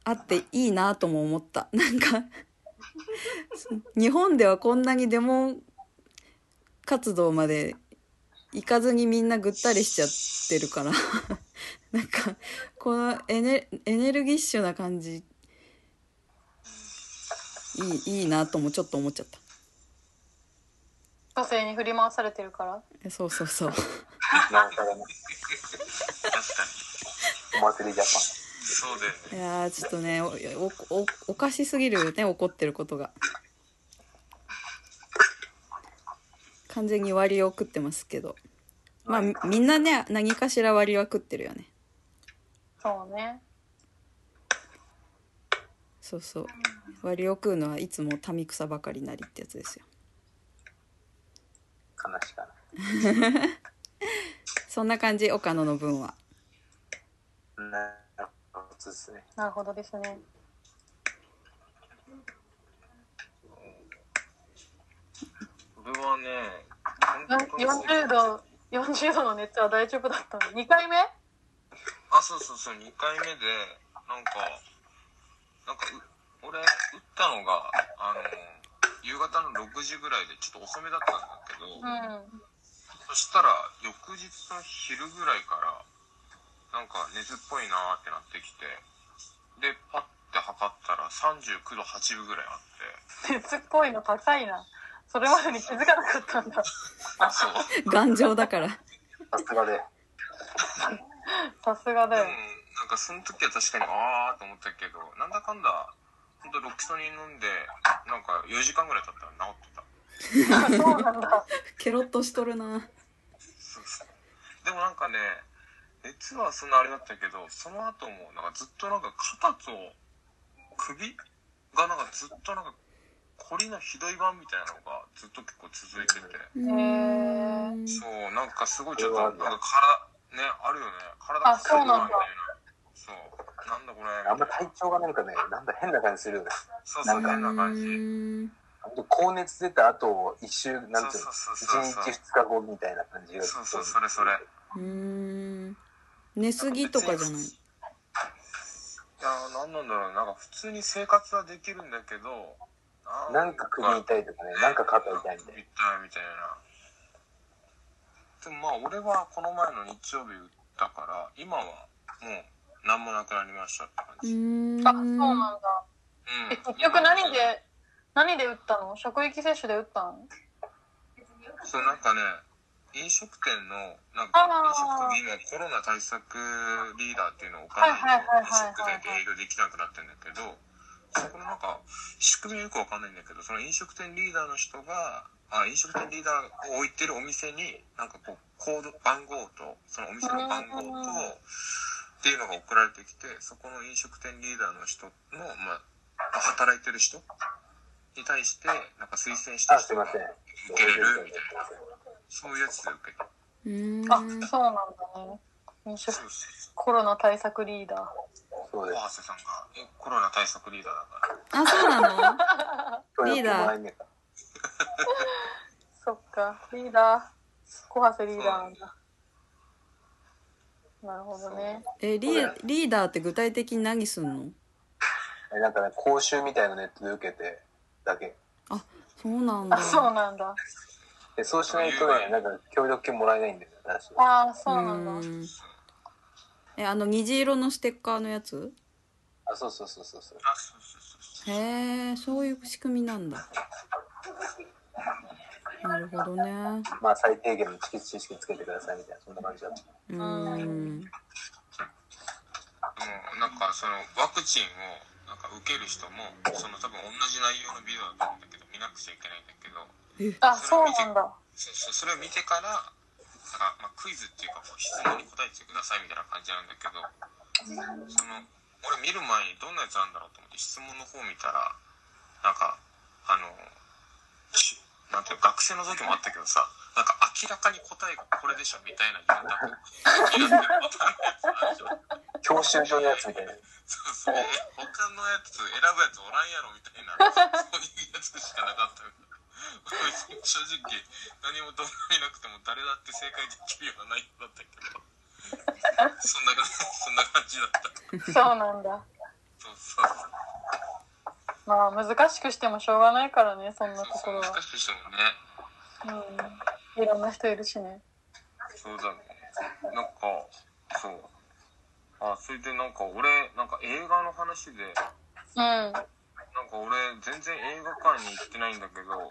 Speaker 1: あっていいなとも思ったなんか日本ではこんなにデモ活動まで行かずにみんなぐったりしちゃってるからなんかこのエネエネルギッシュな感じいいいいなともちょっと思っちゃった
Speaker 3: 女性に振り回されてるから。
Speaker 1: えそうそうそう
Speaker 2: なんかだな。
Speaker 5: 確かに
Speaker 2: お祭りジャパ
Speaker 5: そうだ
Speaker 1: い
Speaker 5: よ
Speaker 1: やーちょっとねおおおおかしすぎるよね怒ってることが完全に割を食ってますけどまあみみんなね何かしら割は食ってるよね
Speaker 3: そうね。
Speaker 1: そうそう割を食うのはいつも民草ばかりなりってやつですよ
Speaker 2: ン。悲しかな。
Speaker 1: そんな感じ岡野の分は
Speaker 2: なるほどですね。
Speaker 3: なるほどですね。
Speaker 5: 俺はね本当に
Speaker 3: 40度、40度の熱は大丈夫だったの。2回目
Speaker 5: あそうそうそう2回目でなんかなんかう俺打ったのがあの夕方の6時ぐらいでちょっと遅めだったんだけど、
Speaker 3: うん。
Speaker 5: そしたら翌日の昼ぐらいからなんか熱っぽいなーってなってきてでパッて測ったら39度8分ぐらいあって
Speaker 3: 熱っぽいの高いな。それまでに気づかなかったんだ。
Speaker 5: あそう
Speaker 1: 頑丈だから
Speaker 2: さすがで。
Speaker 3: さすがだ
Speaker 5: で
Speaker 3: よ
Speaker 5: も。なんかその時は確かにあーと思ったけどなんだかんだほんとロキソニン飲んでなんか4時間ぐらい経ったら治ってた
Speaker 3: そうなんだ。
Speaker 1: ケロッとしとるな
Speaker 5: そうそうでもなんかね熱はそんなあれだったけどその後もなんかずっとなんか肩と首がなんかずっとなんか凝りのひどい版みたいなのがずっと結構続いてて、
Speaker 1: へ
Speaker 3: ー
Speaker 5: そうなんかすごいちょっ
Speaker 2: う
Speaker 5: とな
Speaker 2: わ
Speaker 5: んか体ねあるよね体
Speaker 3: あそうなんだ
Speaker 5: みたいなそうなんだこれ
Speaker 2: あんま体調がなんかね、なんだ変な感じするよね。
Speaker 5: そうそう
Speaker 2: な
Speaker 5: 変な感じ
Speaker 2: ほんと高熱出た後、一週、なんていうの、一
Speaker 5: そうそうそうそう
Speaker 2: 日二日後みたいな感じが。
Speaker 5: そうそうそれそれ
Speaker 1: うーん寝すぎとかじゃない
Speaker 5: いやーなんなんだろうなんか普通に生活はできるんだけど
Speaker 2: なんか首痛いとかね、なんか肩痛いみたい
Speaker 5: 痛いみたいなでもまあ俺はこの前の日曜日打ったから今はもう何もなくなりましたって感
Speaker 1: う
Speaker 5: じ、うん
Speaker 1: ーん
Speaker 3: あ、そうなんだ。え、結局何で、何で打ったの職域接種で打ったの
Speaker 5: そうなんかね飲食店のなん
Speaker 3: あ
Speaker 5: か
Speaker 3: ー
Speaker 5: 飲食店で今コロナ対策リーダーっていうのを置かない
Speaker 3: はいはいはい
Speaker 5: と飲
Speaker 3: はい
Speaker 5: 食店で営業できなくなってるんだけどそこのなんか仕組みはよくわかんないんだけどその飲食店リーダーの人があ飲食店リーダーを置いてるお店になんかこうコード番号とそのお店の番号と
Speaker 3: うん
Speaker 5: っていうのが送られてきてそこの飲食店リーダーの人の、まあ、働いてる人に対してなんか推薦し
Speaker 2: な。
Speaker 5: た
Speaker 2: あ、すい
Speaker 5: 人
Speaker 2: ま
Speaker 5: が
Speaker 2: せん。
Speaker 5: 受けれるみたいな。そういうやつで受けた。
Speaker 1: うーん
Speaker 3: あ、そうなんだね。飲
Speaker 5: そう
Speaker 3: 食
Speaker 5: そうそ
Speaker 3: コロナ対策リーダー。
Speaker 2: そう
Speaker 5: う。
Speaker 2: です
Speaker 5: 小。橋さんがえコロナ対策リーダーだから。
Speaker 1: あ、そうなの
Speaker 2: 今日
Speaker 1: リーダー
Speaker 2: 4枚目か
Speaker 3: そっか、リーダー。小ハセリーダーなんだ。なるほどね。
Speaker 1: え、リー、リーダーって具体的に何すんの
Speaker 2: えなんかね、講習みたいなのネットで受けて、だけ。
Speaker 1: そうなんだ。
Speaker 3: あ、そうなんだ。
Speaker 2: で、そうしないとね、なんか協力金もらえないんだよね、確か
Speaker 3: ああ、そうなんだ。
Speaker 1: うーんえ、あの虹色のステッカーのやつ
Speaker 2: あ、そうそうそうそうそう。
Speaker 5: あ、そうそうそうそう。
Speaker 1: へえ、そういう仕組みなんだ。なるほどね。
Speaker 2: まあ最低限の知識つけてくださいみたいな、そんな感じだった。
Speaker 1: うーん。
Speaker 5: うん、なんかそのワクチンをなんか受ける人もその多分同じ内容のビデオだと思うんだけど見なくちゃいけないんだけど
Speaker 3: あ、そうなんだ。
Speaker 5: そうそうそれを見てからなんか、まあ、クイズっていうかこう質問に答えてくださいみたいな感じなんだけどその俺見る前にどんなやつなんだろうと思って質問の方見たらなんかあのしなんていうの学生の時もあったけどさなんか明らかに答えがこれでしょみたいな言うんだけど 明らかに答えがこれでしょ
Speaker 2: 教習所のやつみたいな。
Speaker 5: そうそうえ他のやつ選ぶやつおらんやろみたいなそういうやつしかなかった俺正直何もどうもいなくても誰だって正解できるような内容だったけどそんな感じそんな感じだった
Speaker 3: そうなんだ。
Speaker 5: そうそうそう
Speaker 3: まあ、難しくしてもしょうがないからね、そんなとこ
Speaker 5: そう
Speaker 3: ろ
Speaker 5: 難
Speaker 3: は。
Speaker 5: しい人もね
Speaker 3: うん。いろんな人いるしね。
Speaker 5: そうだねなんかそうあそれでなんか俺なんか映画の話で
Speaker 3: うん。あ
Speaker 5: なんか俺全然映画館に行ってないんだけど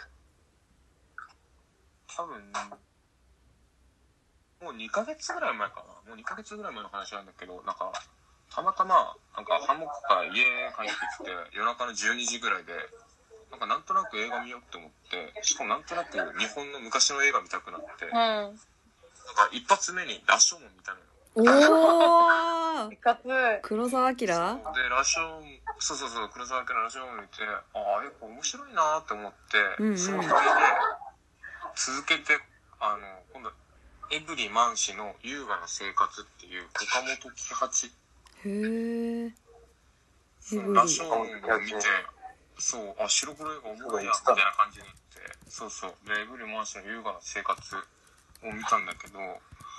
Speaker 5: 多分もう2ヶ月ぐらい前かなもう2ヶ月ぐらい前の話なんだけどなんかたまたまなんかハンモックから家帰ってきて夜中の12時ぐらいでなんかなんとなく映画見ようって思ってしかもなんとなく日本の昔の映画見たくなってなんか
Speaker 3: うん。
Speaker 5: 一発目に「羅生門」見たのよ
Speaker 1: おー
Speaker 3: いかつい。
Speaker 1: 黒澤明
Speaker 5: で、ラション、そうそうそう、黒沢家のラションを見て、ああ、やっぱ面白いなーって思って、
Speaker 1: うんうん
Speaker 5: そのそれで、続けて、あの、今度、エブリマン氏の優雅な生活っていう、岡本喜八、
Speaker 1: へえ
Speaker 5: そ
Speaker 1: エブ
Speaker 5: の
Speaker 1: リ
Speaker 5: ラションを見て、そう、あ、白黒映画面白いや、みたいな感じになって、そうそう、で、エブリマン氏の優雅な生活を見たんだけど、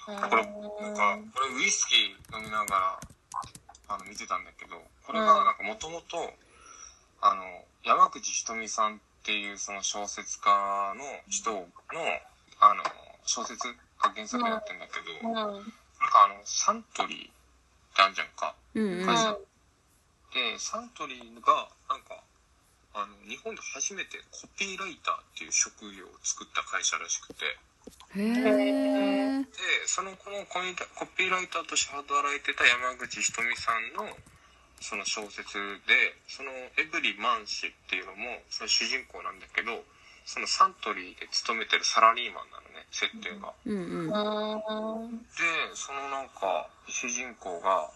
Speaker 5: これ、なんか、これウイスキー飲みながら、あの、見てたんだけど、これが、なんか、もともと、あの、山口ひとみさんっていう、その小説家の人の、あの、小説が原作になってんだけど、
Speaker 3: うん。
Speaker 5: なん
Speaker 3: う
Speaker 5: か、
Speaker 3: ん。
Speaker 5: あの、サントリーってあるじゃんか。
Speaker 1: うんうん
Speaker 5: 会社で、サントリーが、なんか、あの、日本で初めてコピーライターっていう職業を作った会社らしくて、
Speaker 1: へえ
Speaker 5: でそのこのコミュニティコピーライターとして働いてた山口ひとみさんのその小説でそのエブリマン氏っていうのもその主人公なんだけどそのサントリーで勤めてるサラリーマンなのね設定が。
Speaker 1: うんうん
Speaker 3: うん。
Speaker 5: でそのなんか主人公が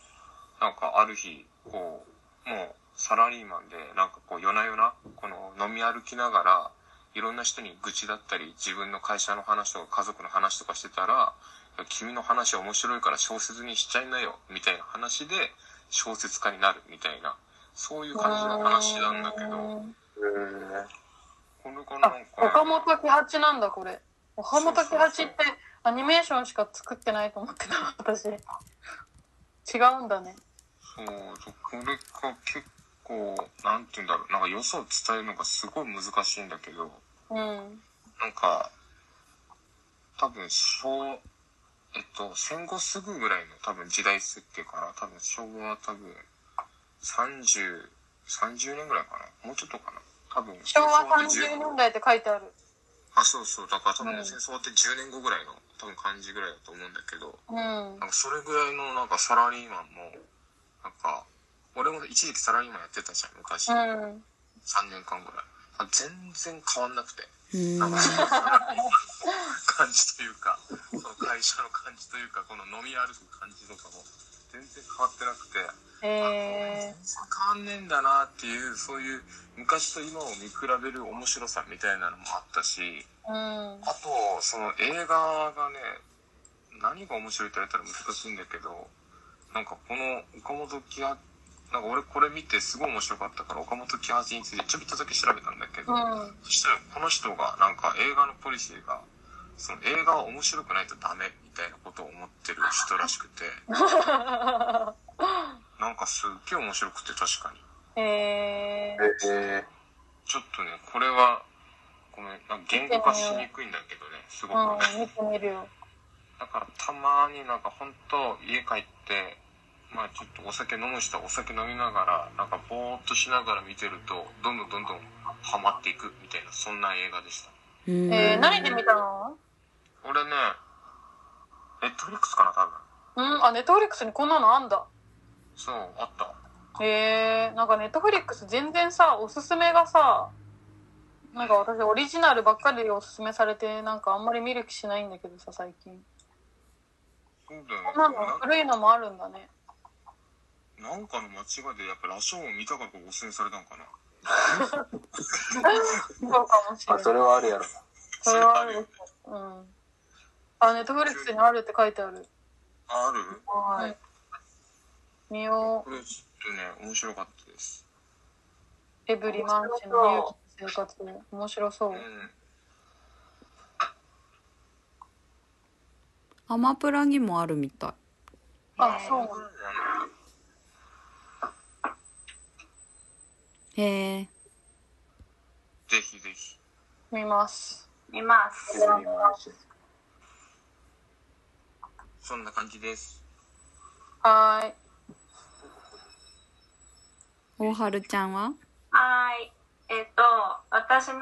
Speaker 5: なんかある日こうもうサラリーマンでなんかこう夜な夜なこの飲み歩きながらいろんな人に愚痴だったり自分の会社の話とか家族の話とかしてたら「君の話面白いから小説にしちゃいなよ」みたいな話で小説家になるみたいなそういう感じの話なんだけどこれかな
Speaker 3: あ
Speaker 5: なんか
Speaker 3: 岡本喜八なんだこれ岡本喜八ってアニメーションしか作ってないと思ってた私違うんだね
Speaker 5: そう、これが結構、なんて言うんだろう、なんか良さを伝えるのがすごい難しいんだけど、
Speaker 3: うん
Speaker 5: なんか、多分、昭、えっと、戦後すぐぐらいの多分時代設定かな。多分、昭和は多分、30、30年ぐらいかな。もうちょっとかな。多分、
Speaker 3: 昭和
Speaker 5: 戦
Speaker 3: 30
Speaker 5: 争終わって10
Speaker 3: 年代って書いてある
Speaker 5: あ、そうそう。だから多分、
Speaker 3: うん
Speaker 5: 戦争終わって10年後ぐらいの、多分感じぐらいだと思うんだけど、
Speaker 3: うん
Speaker 5: なんかそれぐらいのなんかサラリーマンもなんか俺も一時期サラリーマンやってたじゃん昔、
Speaker 3: う
Speaker 5: 三
Speaker 3: ん
Speaker 5: 3年間ぐらいあ全然変わんなくて
Speaker 1: うん
Speaker 5: なんか そのサラリーマンの感じというかその会社の感じというかこの飲み歩く感じとかも全然変わってなくて
Speaker 3: え
Speaker 5: 全然変わんねえんだなっていうそういう昔と今を見比べる面白さみたいなのもあったし
Speaker 3: ー、うん
Speaker 5: あと、その映画がね、何が面白いって言われたら難しいんだけど、なんかこの岡本喜八、なんか俺これ見てすごい面白かったから岡本喜八についてちょびっとだけ調べたんだけど、
Speaker 3: うん
Speaker 5: そしたらこの人がなんか映画のポリシーが、その映画は面白くないとダメみたいなことを思ってる人らしくて、なんかすっげえ面白くて確かに。
Speaker 3: えー、
Speaker 2: え
Speaker 5: ちょっとね、これは、ごめん、なんか言語化しにくいんだけどね、すごくね。
Speaker 3: うん見てみるよ
Speaker 5: だからたまになんか本当家帰ってまあちょっとお酒飲む人はお酒飲みながらなんかぼーっとしながら見てるとどんどんどんどんハマっていくみたいなそんな映画でした
Speaker 1: うん
Speaker 3: えー、何で見たの
Speaker 5: 俺ねネットフリックスかな多分
Speaker 3: うんあネットフリックスにこんなのあんだ
Speaker 5: そうあった
Speaker 3: えー、なんかネットフリックス全然さ、おすすめがさ、なんか私オリジナルばっかりおすすめされて、なんかあんまり見る気しないんだけどさ、最近。
Speaker 5: そうだよね
Speaker 3: こんなの古いのもあるんだね。
Speaker 5: ななんかの間違いでやっぱ羅生門見たから汚染されたのかな
Speaker 3: そうかもし
Speaker 2: ま
Speaker 3: れ
Speaker 2: あ、
Speaker 3: ない
Speaker 2: そ。れはあるやろ。
Speaker 3: それはあるでしょ。うん。あ、ネットフリックスにあるって書いてある。
Speaker 5: ある
Speaker 4: は
Speaker 3: はい。見よ
Speaker 5: これちょっとね面白かったです
Speaker 3: う、エブリマンチの勇気の生活。面白そう
Speaker 5: う。ん
Speaker 1: アマプラにもあるみたい
Speaker 3: あ、そう。
Speaker 1: へえ
Speaker 5: ぜひぜひ
Speaker 3: 見ます。
Speaker 4: 見ます。
Speaker 5: そんな感じです
Speaker 3: はーい。
Speaker 1: 大春ちゃんは
Speaker 4: はい。えっ、と、私の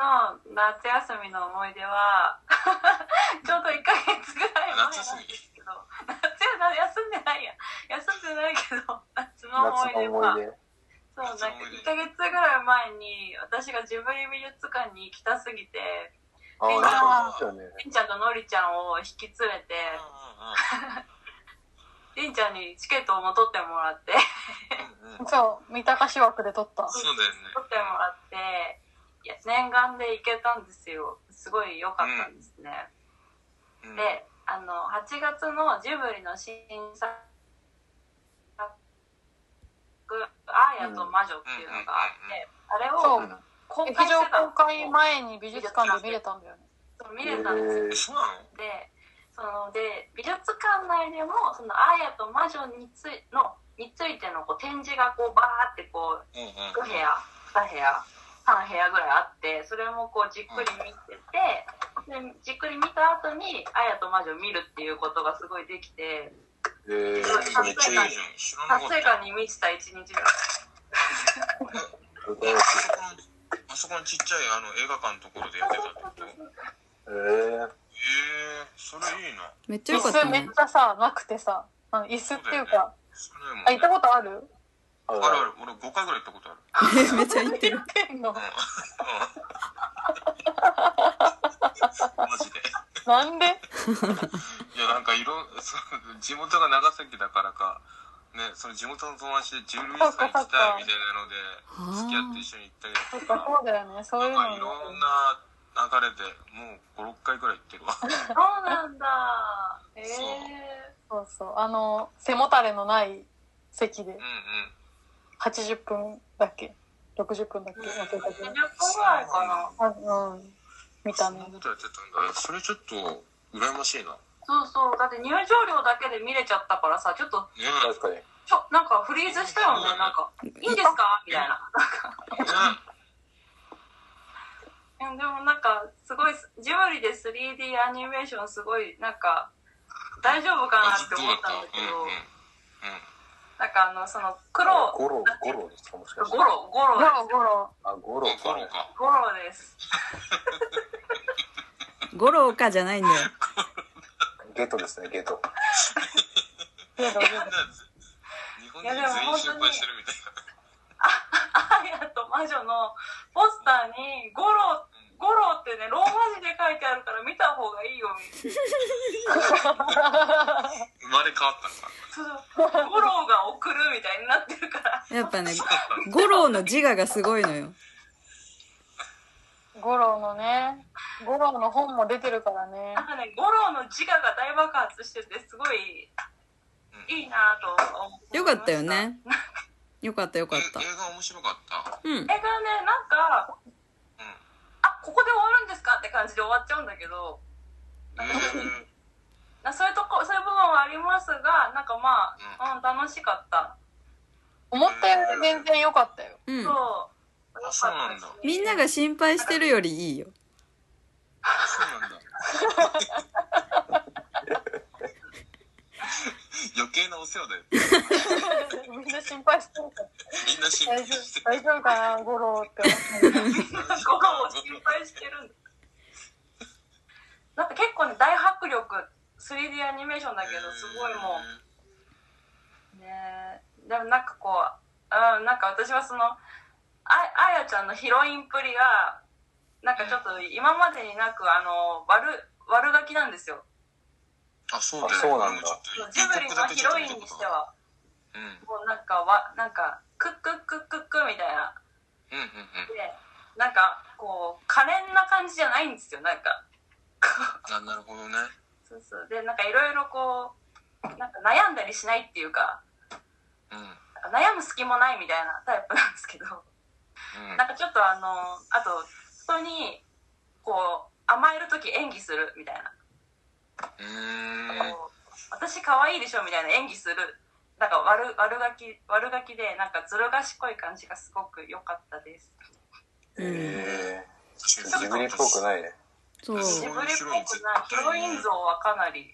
Speaker 4: 夏休みの思い出は、 ちょうど1ヶ月ぐらい前なんですけど、夏休んでないや。休んでないけど、夏の思い
Speaker 2: 夏
Speaker 4: 出
Speaker 2: の思
Speaker 4: は。
Speaker 2: い出。
Speaker 4: そう、なんか1ヶ月ぐらい前に、私がジブリ美術館に行きたすぎて、
Speaker 2: ああ、なんかそうだよね。
Speaker 4: りんちゃんとのりちゃんを引き連れて、
Speaker 5: う
Speaker 4: りんちゃんにチケットをも取ってもらって、
Speaker 5: んうんうんうん
Speaker 3: そう、三鷹市枠で撮った。
Speaker 5: そうだよね
Speaker 4: 取ってもらって、いや念願で行けたんですよ。すごい良かったんですね。
Speaker 5: うん
Speaker 4: であの8月のジブリの新作「アーヤと魔女」っていうのがあって、あ
Speaker 3: そ
Speaker 4: れを
Speaker 3: う、
Speaker 4: 公
Speaker 3: 劇
Speaker 4: 開し
Speaker 3: 場
Speaker 4: てた
Speaker 3: 公
Speaker 4: んです
Speaker 3: 開
Speaker 4: よ
Speaker 3: 前に美術館で見れたんだよね。
Speaker 4: そう見
Speaker 2: え
Speaker 4: れたんですよ
Speaker 5: え
Speaker 2: ー
Speaker 5: そうなの
Speaker 4: でそので美術館内でもそのアーヤと魔女についのについてのこう展示がこうバーってこ
Speaker 5: う
Speaker 4: う
Speaker 5: んうん
Speaker 4: 1部屋2部屋3部屋ぐらいあってそれもこうじっくり見てて、でじっくり見た後に「アーヤと魔女」を見るっていうことがすごいできて。
Speaker 2: え
Speaker 5: めっちゃいいじゃん知らなか
Speaker 4: 達
Speaker 5: った
Speaker 4: 成感に満ちた一日だっ
Speaker 5: あそこのあそこのちっちゃいあの映画館のところでやってたってことへえ
Speaker 2: えー、
Speaker 5: それいいな
Speaker 1: めっちゃ
Speaker 3: 椅
Speaker 1: 良かった
Speaker 3: 子めっ
Speaker 1: ね
Speaker 3: ちゃさ、なくてさ、あの椅子っていうか、
Speaker 5: それも、ね、
Speaker 3: あ、行ったことある
Speaker 2: あ
Speaker 5: あるある俺5回ぐらい行ったことある
Speaker 1: え めっちゃ言ってる
Speaker 3: 行んの
Speaker 5: うんマジで
Speaker 3: なんで
Speaker 5: いやなんかいろそう地元が長崎だからかねその地元の友達でジュルビーさん行きたいみたいなので
Speaker 1: あ
Speaker 5: 付き合って一緒に行ったり
Speaker 3: そ
Speaker 5: だ
Speaker 3: っ
Speaker 5: と
Speaker 3: か、
Speaker 5: か
Speaker 3: そうだよね。そういう
Speaker 5: なんかいろ
Speaker 3: のも
Speaker 5: んな流れでもう56回ぐらい行ってるわ
Speaker 4: た。そうなんだ。え
Speaker 5: そう
Speaker 4: え
Speaker 3: そうそう。あの、背もたれのない席で
Speaker 5: うん、うん
Speaker 3: 80分だっけ ?60 分だっけ忘れたけ
Speaker 4: ー。
Speaker 3: ど
Speaker 4: 20分ぐらいかな。
Speaker 3: あうん。 見た
Speaker 5: そんな
Speaker 3: ね
Speaker 5: こ。とやってたんだそれちょっと羨ましいな
Speaker 4: そうそう。だって入場料だけで見れちゃったからさ、ちょっと、
Speaker 5: ね
Speaker 2: 確かに。
Speaker 4: ちょ、なんかフリーズしたよね。なんか、いいんですかみたいな。
Speaker 5: えね
Speaker 4: でもなんか、すごい、ジブリで 3D アニメーションすごい、なんか、大丈夫かな
Speaker 5: あ
Speaker 4: って
Speaker 5: どう
Speaker 4: 思
Speaker 5: だ
Speaker 4: っ
Speaker 5: ったた
Speaker 4: んだけど
Speaker 5: うんうん、
Speaker 4: なんかあの、その、
Speaker 2: あ
Speaker 4: 黒、
Speaker 2: ゴロ、ゴロですか、もしかして。
Speaker 4: ゴロ、ゴ
Speaker 3: ゴ
Speaker 4: ロ
Speaker 3: ロ
Speaker 4: です。
Speaker 3: ゴロ。
Speaker 2: あ、ゴロ
Speaker 5: うん
Speaker 2: か。
Speaker 5: ゴロか
Speaker 4: ゴロです。
Speaker 1: 五郎かじゃ ないんだよ
Speaker 2: ゲトですね、ゲト。
Speaker 3: ゲロゲロ
Speaker 5: 日本人全員心配してるみたいな
Speaker 4: アーヤと魔女のポスターに、ゴロ、ゴロってね、ローマ字で書いてあるから見た方がいいよ、みたいな。
Speaker 5: 生まれ変わったのか
Speaker 4: そうそう五郎が送るみたいになってるから
Speaker 1: やっぱね五郎の自我がすごいのよ
Speaker 3: ゴロのね、ゴロの本も出てるからね。
Speaker 4: なんかね五郎の自我が大爆発しててすごいいいなぁと思いました
Speaker 1: よかったよねよかったよかった
Speaker 5: え映画面白かった
Speaker 1: うん
Speaker 4: 映画ねなんか、
Speaker 5: うん
Speaker 4: あここで終わるんですかって感じで終わっちゃうんだけど
Speaker 5: えー
Speaker 4: なそういうとこそういう部分はありますがなんかまあ、うん、楽しかった、
Speaker 3: 思ったより全然良かったよ。
Speaker 1: うん
Speaker 4: そう
Speaker 5: あそうなんだ
Speaker 1: みんなが心配してるよりいいよ
Speaker 5: そうなんだ余計なお世話だ よみん
Speaker 3: みんな心配してるから。
Speaker 5: な
Speaker 3: 大
Speaker 5: 心配
Speaker 3: 丈
Speaker 5: して
Speaker 3: 夫大丈夫かな、ゴロって思ってる。
Speaker 4: 五郎を心配してるんだなんか結構ね大迫力 3D アニメーションだけどすごいもうねえでもなんかこう、うん、なんか私はその、あ、あやちゃんのヒロインっぷりが、なんかちょっと今までになく、あの、悪、悪ガキなんですよ。
Speaker 5: あ、そうだよ。
Speaker 2: あそうなんだ
Speaker 5: ちょっと
Speaker 4: ジブリのヒロインにして。は、
Speaker 5: うん。うん
Speaker 4: もうなんかわ、なんか、クックックックックみたいな。
Speaker 5: うんうん。
Speaker 4: で、なんか、こう、可憐な感じじゃないんですよ、なんか。
Speaker 5: あ、なるほどね。
Speaker 4: そうそう。で、なんかいろいろこう、なんか悩んだりしないっていうか、
Speaker 5: うん。うん。
Speaker 4: なんか悩む隙もないみたいなタイプなんですけど。なんかちょっとあの、あと、人に、こう、甘えるとき演技するみたいな。
Speaker 5: うーん。
Speaker 4: こう私可愛いでしょみたいな演技する。なんか悪、悪ガキ、悪ガキで、なんかずる賢い感じがすごく良かったです。
Speaker 1: うん
Speaker 2: え
Speaker 5: 確
Speaker 2: ー、ジブリっぽく
Speaker 5: い。
Speaker 2: ないね。
Speaker 1: そう
Speaker 4: ジブリっぽくない。ヒロイン像はかなり。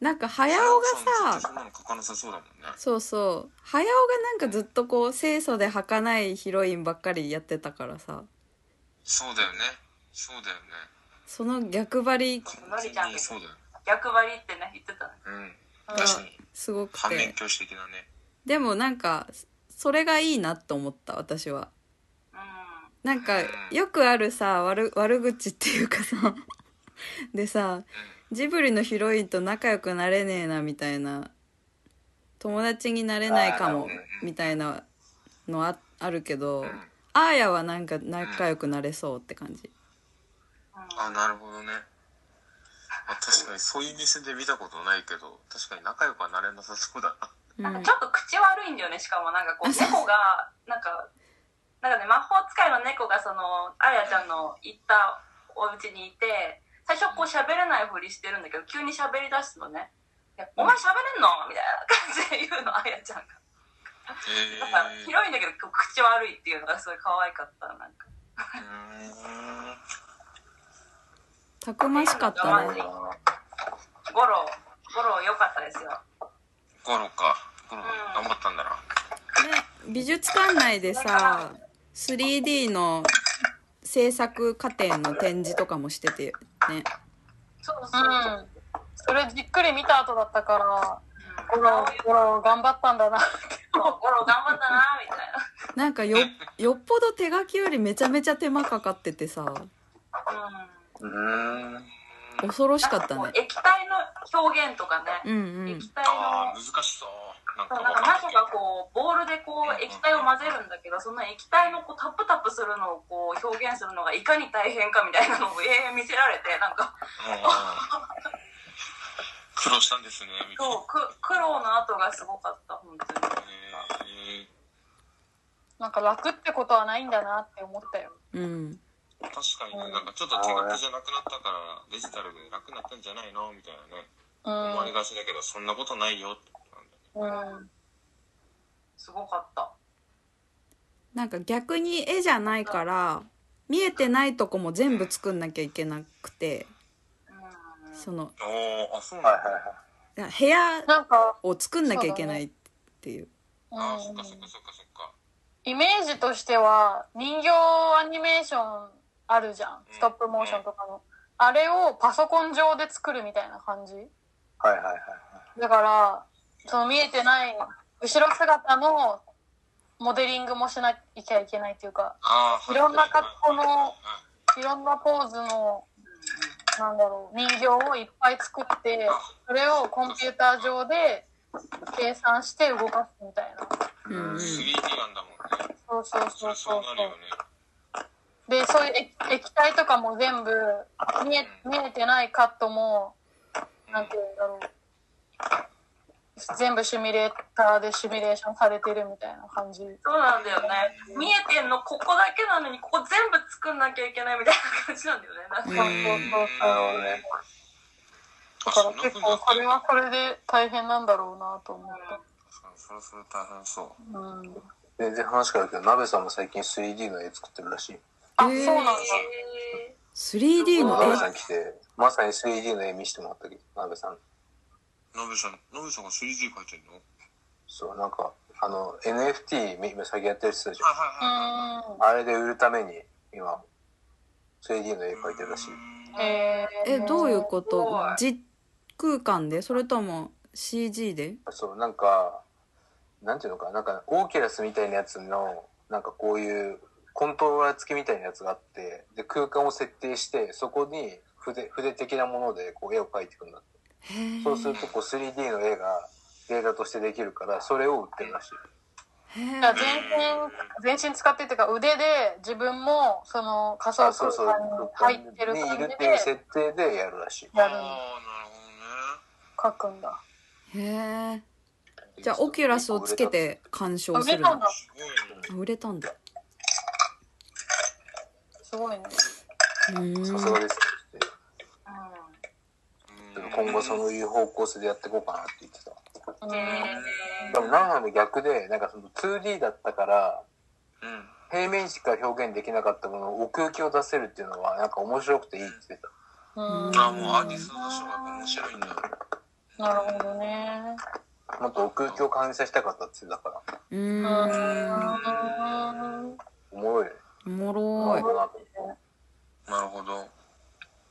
Speaker 1: なんか早尾が
Speaker 5: そ
Speaker 1: さ
Speaker 5: んなの書かなさそうだもんね。
Speaker 1: そうそう早尾がなんかずっとこう清楚で儚いヒロインばっかりやってたからさ
Speaker 5: そうだよね。そうだよね。
Speaker 1: その逆張り
Speaker 4: のりちゃん
Speaker 5: そうだよ。
Speaker 4: 逆張りってね、言ってたね。
Speaker 5: うん。
Speaker 1: ん
Speaker 5: 確かに。
Speaker 1: すごく
Speaker 5: 反面
Speaker 1: て
Speaker 5: 教師的なね。
Speaker 1: でもなんかそれがいいなと思った私は
Speaker 4: うん。
Speaker 1: なんか
Speaker 5: うん
Speaker 1: よくあるさ悪悪口っていうかさ でさジブリのヒロインと仲良くなれねえなみたいな友達になれないかも
Speaker 2: あーなるほ
Speaker 5: どね
Speaker 1: みたいなのああるけど、
Speaker 5: うん。うん。
Speaker 1: あーやはなんか仲良くなれそうって感じ
Speaker 5: あ、なるほどね。あ確かにそういう店で見たことないけど、確かに仲良くはなれなさそうだな。
Speaker 1: うん
Speaker 4: なんかちょっと口悪いんだよね、しかもなんかこう、猫が、なんか、なんかね、魔法使いの猫がその、あやちゃんの行ったお家にいて、最初こう喋れないふりしてるんだけど、急に喋り出すのね。いやお前喋れんのみたいな感じで言うの、あやちゃんが。
Speaker 5: え
Speaker 4: だから、広いんだけど、こう口悪いっていうのがすごい可愛かった、なんか。
Speaker 5: ー、うーん。
Speaker 1: たくましかった
Speaker 2: うん
Speaker 1: ね
Speaker 4: ゴロ、ゴロ良かったで すよ。
Speaker 5: ゴロか。ゴロ、
Speaker 4: うん
Speaker 5: 頑張ったんだな。
Speaker 1: で美術館内でさ 3D の制作過程の展示とかもしててね
Speaker 4: そう
Speaker 3: う
Speaker 4: そう。うん
Speaker 3: ん。それじっくり見た後だったから、ゴロゴ
Speaker 4: ゴロ、
Speaker 3: ロ頑張ったんだな。
Speaker 4: ゴロ頑張ったな、みたいな。
Speaker 1: なんかよよっぽど手書きよりめちゃめちゃ手間かかっててさ
Speaker 4: うん。
Speaker 2: うーん。
Speaker 1: 恐ろしかった
Speaker 4: なん
Speaker 1: ね
Speaker 4: こう液体の表現とかね。
Speaker 1: うんうん
Speaker 4: 液体
Speaker 5: ああ、
Speaker 4: の
Speaker 5: 難しそう。なんか
Speaker 4: そう
Speaker 5: わ
Speaker 4: なんか
Speaker 5: かんな
Speaker 4: 魔
Speaker 5: い
Speaker 4: 女がこうボールでこう液体を混ぜるんだけどその液体のこうタップタップするのをこう表現するのがいかに大変かみたいなのを 永遠見せられてなんか
Speaker 5: うんうん苦労したんですね、みたいな。
Speaker 4: そうく苦労の後がすごかった本当に
Speaker 5: え
Speaker 3: なんか楽ってことはないんだなって思ったよ。
Speaker 1: うん
Speaker 5: ー確かにね、なんかちょっと手書きじゃなくなったから、デジタルで楽になったんじゃないのみたいなね。思われ
Speaker 3: う
Speaker 5: がちだけど、そんなことないよってことなんだね。
Speaker 3: ん。うん。
Speaker 4: すごかった
Speaker 1: なんか逆に絵じゃないから見えてないとこも全部作んなきゃいけなくて
Speaker 4: うん
Speaker 1: その
Speaker 5: おー、あ、そう
Speaker 2: はい
Speaker 5: なん
Speaker 2: は
Speaker 5: だ。
Speaker 1: いや部屋
Speaker 3: なんか、
Speaker 1: を作んなきゃいけないっていう
Speaker 3: う
Speaker 5: あー、そっかそっ
Speaker 3: ん
Speaker 5: か。そっかそっか。
Speaker 3: イメージとしては人形アニメーションあるじゃんストップモーションとかの、あれをパソコン上で作るみたいな感じ
Speaker 2: いはい。はいはいはい。
Speaker 3: だからその見えてない後ろ姿のモデリングもしなきゃいけないっていうか
Speaker 5: あーはい
Speaker 3: ろんな格好の
Speaker 5: はいはい
Speaker 3: ろんなポーズのなんだろう人形をいっぱい作ってそれをコンピューター上で計算して動かすみたいな
Speaker 1: うんうん
Speaker 5: いはい 3D なんだもんね。
Speaker 3: そうそう
Speaker 5: そ
Speaker 3: そ
Speaker 5: れ
Speaker 3: うそ
Speaker 5: そううなる
Speaker 3: そう
Speaker 5: よね。
Speaker 3: でそういう液液体とかも全部見え見えてないカットもなんて言うんだろう全部シミュレーターでシミュレーションされてるみたいな感じ
Speaker 4: そうなんだよね見えてんのここだけなのにここ全部作んなきゃいけないみたいな感じなんだよねなんか
Speaker 3: そうそうそう
Speaker 2: なるほどね。
Speaker 5: あ
Speaker 3: そ
Speaker 5: そ
Speaker 3: うんだから
Speaker 5: な
Speaker 3: 結
Speaker 5: 風にな
Speaker 3: 構そ
Speaker 5: ってる
Speaker 3: れはそれで大変なんだろうなと思った
Speaker 5: それそれ大変そう。
Speaker 3: うん
Speaker 2: 全然話変わるけど、鍋さんも最近 3D の絵作ってるらしい。
Speaker 3: あ、
Speaker 1: えー
Speaker 3: そうなんだ
Speaker 4: へ
Speaker 1: 3D の
Speaker 2: 鍋さ
Speaker 1: 絵
Speaker 2: ん来て、まさに 3D の絵見せてもらったけど、鍋さん。
Speaker 5: ノブさん、ノブさんが 3D 描いてんのはい
Speaker 2: そう、なんか、あの、NFT み、最近やってる人でしょ。
Speaker 5: は
Speaker 3: う
Speaker 2: あれで売るために、今、3D の絵描いてるらしい。
Speaker 3: んえー、
Speaker 1: えどういうこ
Speaker 4: すご
Speaker 1: と
Speaker 4: い
Speaker 1: 実空間でそれとも CG で
Speaker 2: そう、なんか、なんていうのかな、なんかオーキュラスみたいなやつの、なんかこういうコントローラー付きみたいなやつがあって、で、空間を設定して、そこに筆、筆的なものでこう絵を描いていくんだって。
Speaker 1: へえ
Speaker 2: そうするとこう 3D の絵がデータとしてできるから、それを売ってるらしい。
Speaker 1: へえ
Speaker 3: だから全身全身使ってっていうか腕で自分もその仮想
Speaker 2: あ、そ
Speaker 3: 空
Speaker 2: うそう、
Speaker 3: 間に入ってる
Speaker 2: にい
Speaker 3: 感
Speaker 2: る
Speaker 3: じ
Speaker 2: っていう
Speaker 3: で
Speaker 2: 設定でやるらしい。
Speaker 5: あ
Speaker 3: や
Speaker 5: あー
Speaker 3: る
Speaker 5: な
Speaker 3: の
Speaker 5: るほどね
Speaker 3: 書くんだ
Speaker 1: へえじゃあオキュラスをつけて鑑賞す
Speaker 3: 腕
Speaker 1: る
Speaker 3: なん
Speaker 1: の
Speaker 3: だ
Speaker 5: すごいね
Speaker 1: あ売れたんだ
Speaker 3: すごいね
Speaker 1: うーん
Speaker 2: さすがですね。
Speaker 4: う
Speaker 5: うん
Speaker 2: 今後そういう方向性でやっていこうかなって言ってた。
Speaker 3: うん
Speaker 4: ん。へ
Speaker 2: でも長野の逆で、なんかその 2D だったから、
Speaker 5: うん
Speaker 2: 平面しか表現できなかったものを奥行きを出せるっていうのはなんか面白くていいって言ってた。
Speaker 3: うん
Speaker 5: あもうアーティストの人が面白いんだよ
Speaker 3: なるほどね
Speaker 2: もっと奥行きを感じさせたかったって言ってたから、
Speaker 1: う
Speaker 3: う
Speaker 1: ーん
Speaker 3: ーん
Speaker 2: おもろいね。
Speaker 1: おも
Speaker 2: な
Speaker 1: ろ
Speaker 2: るほどなと
Speaker 5: なるほど